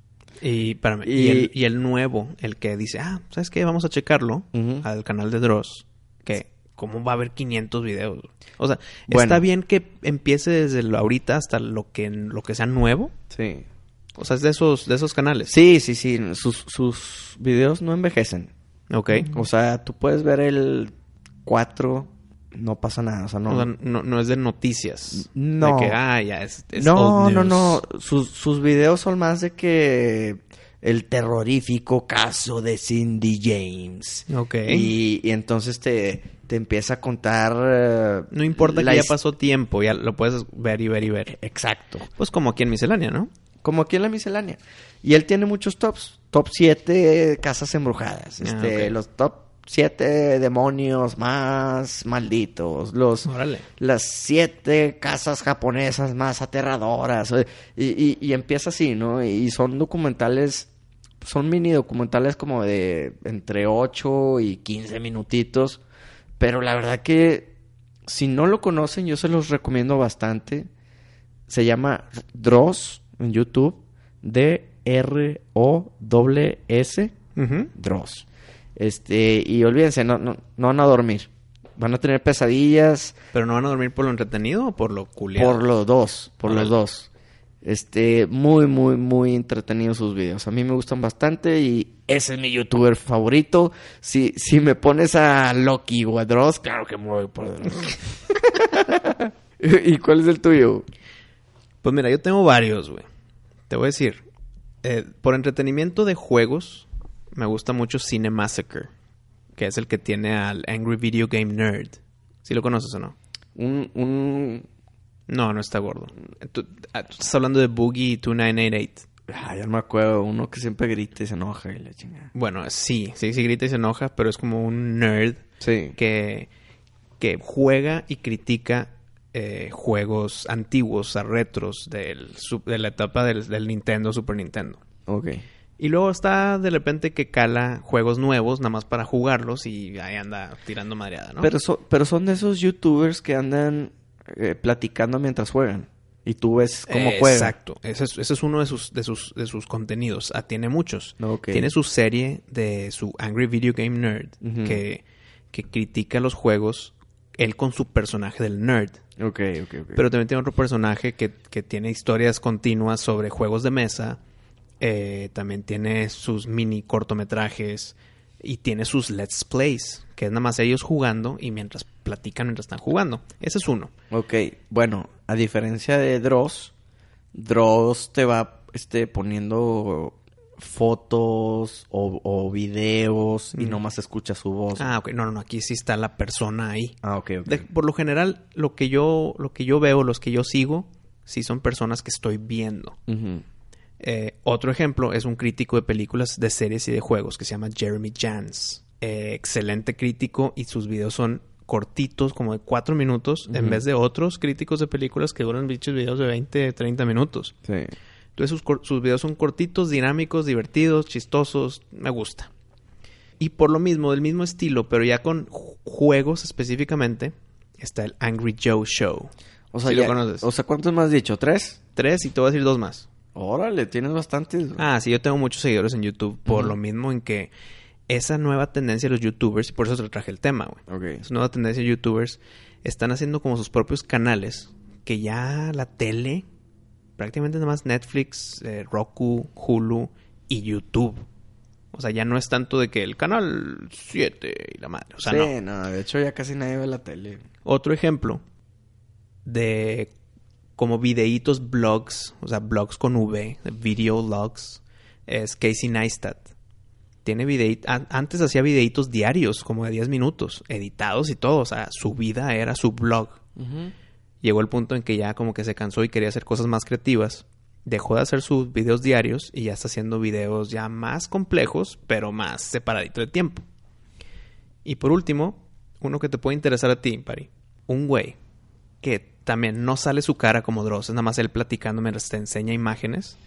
Y, espérame, y... Y- el, y el nuevo, el que dice, ah, ¿sabes qué? Vamos a checarlo Ujú. al canal de Dross. Que, ¿cómo va a haber 500 videos? O sea, Bueno. está bien que empiece desde lo ahorita hasta lo que, lo que sea nuevo. Sí. O sea, es de esos, de esos canales. Sí, sí, sí. Sus, sus videos no envejecen. Ok. O sea, tú puedes ver el 4, no pasa nada. O sea, no... O sea, no, no es de noticias. No. De que, ah, ya, es, es no, old no, news". no. Sus, sus videos son más de que el terrorífico caso de Cindy James. Ok. Y, y entonces te, te empieza a contar... eh, No importa la que ya his- pasó tiempo, ya lo puedes ver y ver y ver. Exacto. Pues como aquí en miscelánea, ¿no? Como aquí en la miscelánea. Y él tiene muchos tops. Top 7 casas embrujadas. Ah, Este, ok. Los top 7 demonios más malditos. Los, Órale. las 7 casas japonesas más aterradoras. eh, Y, y- y empieza así, ¿no? Y son documentales, son mini documentales como de entre 8 y 15 minutitos. Pero la verdad que si no lo conocen, yo se los recomiendo bastante. Se llama Dross en YouTube. D-R-O-S. Ujú. Dross. Este, y olvídense, no, no, no van a dormir. Van a tener pesadillas Pero no van a dormir por lo entretenido o por lo culiado. por los dos. Por los Órale. dos. Este, muy, muy, muy entretenidos sus videos. A mí me gustan bastante y ese es mi youtuber favorito. Si, si me pones a Loki o a Dross, claro que me voy por Dross. ¿Y cuál es el tuyo? Pues mira, yo tengo varios, güey. Te voy a decir. eh, por entretenimiento de juegos, me gusta mucho Cinemassacre. Que es el que tiene al Angry Video Game Nerd. ¿Sí lo conoces o no? Un, un... No, no está gordo. Tú, ah, tú estás hablando de Boogie 2988. Ah, ya no me acuerdo. Uno que siempre grita y se enoja y la chingada. Bueno, sí, sí, sí grita y se enoja, pero es como un nerd Sí. que, que juega y critica eh, juegos antiguos, a retros del, su- de la etapa del, del Nintendo, Super Nintendo. Ok. Y luego está de repente que cala juegos nuevos, nada más para jugarlos y ahí anda tirando madreada, ¿no? Pero, so- pero son de esos youtubers que andan eh, platicando mientras juegan. Y tú ves cómo Eh, juegan. Exacto. Ese es, ese es uno de sus, de sus, de sus contenidos. Ah, tiene muchos. Ok. Tiene su serie de su Angry Video Game Nerd, Ujú. que, que critica los juegos, él con su personaje del nerd. Ok, ok, ok. Pero también tiene otro personaje que, que tiene historias continuas sobre juegos de mesa. eh, también tiene sus mini cortometrajes. Y tiene sus Let's Plays, que es nada más ellos jugando y mientras platican mientras están jugando. Ese es uno. Ok, bueno, a diferencia de Dross, Dross te va este, poniendo fotos o, o videos y Ujú. nomás escucha su voz. Mm. Ah, ok. No, no, no. Aquí sí está la persona ahí. Ah, ok, ok. De- por lo general, lo que yo, lo que yo veo, los que yo sigo, sí son personas que estoy viendo. Ujú. Eh, otro ejemplo es un crítico de películas, de series y de juegos que se llama Jeremy Jans. Eh, excelente crítico y sus videos son cortitos, como de cuatro minutos, en Ujú. vez de otros críticos de películas que duran bichos videos de 20, 30 minutos. Sí. Entonces sus, cor- sus videos son cortitos, dinámicos, divertidos, chistosos, me gusta. Y por lo mismo, del mismo estilo, pero ya con ju- juegos específicamente, está el Angry Joe Show. O sea, Sí lo ya- conoces. o sea, ¿cuántos más has dicho? ¿Tres? Tres y te voy a decir dos más. Órale, tienes bastantes. Ah, sí, yo tengo muchos seguidores en YouTube por Ujú. lo mismo en que esa nueva tendencia de los youtubers, y por eso te traje el tema, güey. Ok. Esa nueva tendencia de youtubers están haciendo como sus propios canales que ya la tele, prácticamente nada más Netflix, eh, Roku, Hulu y YouTube. O sea, ya no es tanto de que el canal 7 y la madre. O sea, no. sí, no. de hecho ya casi nadie ve la tele. Otro ejemplo de como videitos blogs, o sea, blogs con V, video logs, es Casey Neistat. Tiene videitos, antes hacía videitos diarios, como de 10 minutos, editados y todo, o sea, su vida era su blog. Llegó el punto en que ya como que se cansó y quería hacer cosas más creativas. Dejó de hacer sus videos diarios y ya está haciendo videos ya más complejos, pero más separadito de tiempo. Y por último, uno que te puede interesar a ti, Pari. Un güey que también no sale su cara como Dross, es nada más él platicando mientras te enseña imágenes,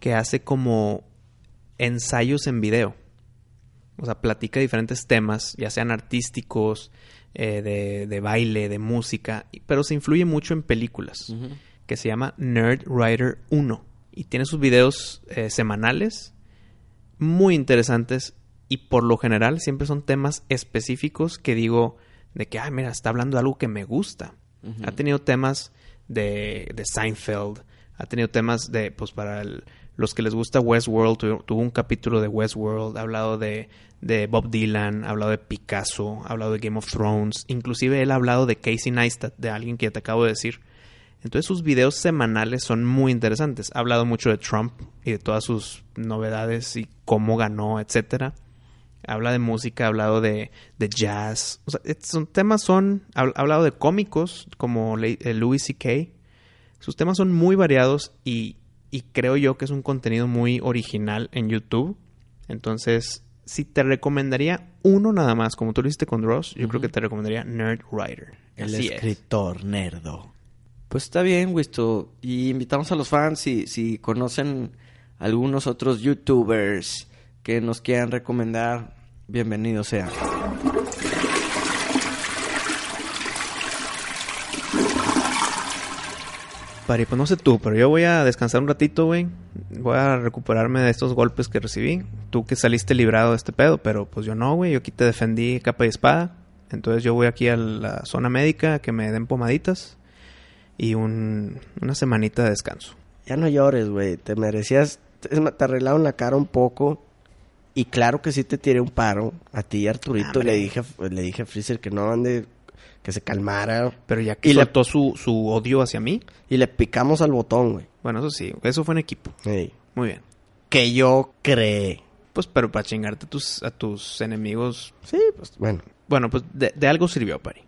que hace como ensayos en video. O sea, platica diferentes temas, ya sean artísticos, eh, de, de baile, de música, y- pero se influye mucho en películas, que se llama Nerd Writer 1. Y tiene sus videos eh, semanales muy interesantes y por lo general siempre son temas específicos que digo de que, ah, mira, está hablando de algo que me gusta. Ha tenido temas de, de Seinfeld, ha tenido temas de, pues para el- los que les gusta Westworld, tu- tuvo, un capítulo de Westworld, ha hablado de, de Bob Dylan, ha hablado de Picasso, ha hablado de Game of Thrones, inclusive él ha hablado de Casey Neistat, de alguien que ya te acabo de decir. Entonces sus videos semanales son muy interesantes. Ha hablado mucho de Trump y de todas sus novedades y cómo ganó, etcétera. Habla de música, ha hablado de, de jazz. O sea, estos son temas son... Ha ha hablado de cómicos como Le- eh, Louis C.K. Sus temas son muy variados y, y creo yo que es un contenido muy original en YouTube. Entonces, si te recomendaría uno nada más, como tú lo hiciste con Dross, yo creo que te recomendaría Nerd Writer. El Así es. escritor nerdo. Pues está bien, Wisto. Y invitamos a los fans si, si conocen algunos otros youtubers que nos quieran recomendar, bienvenidos sean. Pari, pues no sé tú, pero yo voy a descansar un ratito, güey. Voy a recuperarme de estos golpes que recibí. Tú que saliste librado de este pedo, pero pues yo no, güey. Yo aquí te defendí capa y espada. Entonces yo voy aquí a la zona médica a que me den pomaditas y un- una semanita de descanso. Ya no llores, güey. Te merecías. es más, Te arreglaron la cara un poco. Y claro que sí te tiré un paro. A ti, Arturito, le dije, le dije a Freezer que no ande. Que se calmara. Pero ya que Y la- soltó su, su odio hacia mí, Y le picamos al botón, güey. bueno, eso sí, eso fue en equipo. Ey. Muy bien. Que yo creé. Pues, pero para chingarte a tus, a tus enemigos, Sí, pues bueno. bueno, pues de, de algo sirvió, Pari.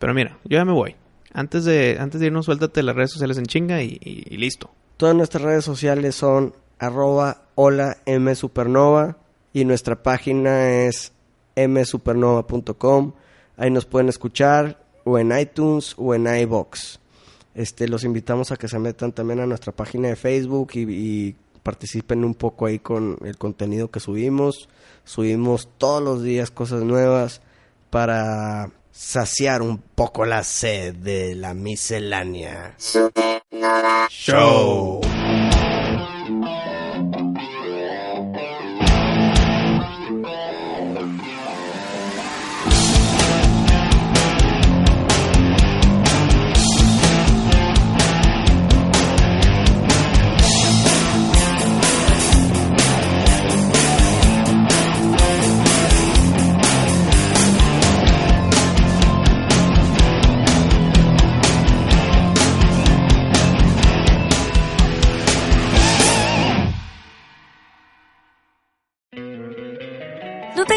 Pero mira, yo ya me voy. Antes de, antes de irnos, suéltate las redes sociales en chinga y, y- y listo. Todas nuestras redes sociales son arroba hola msupernova y nuestra página es msupernova.com. Ahí nos pueden escuchar o en iTunes o en iBox. Este, los invitamos a que se metan también a nuestra página de Facebook y, y participen un poco ahí con el contenido que subimos. Subimos todos los días cosas nuevas para saciar un poco la sed de la miscelánea. Show. ¿No te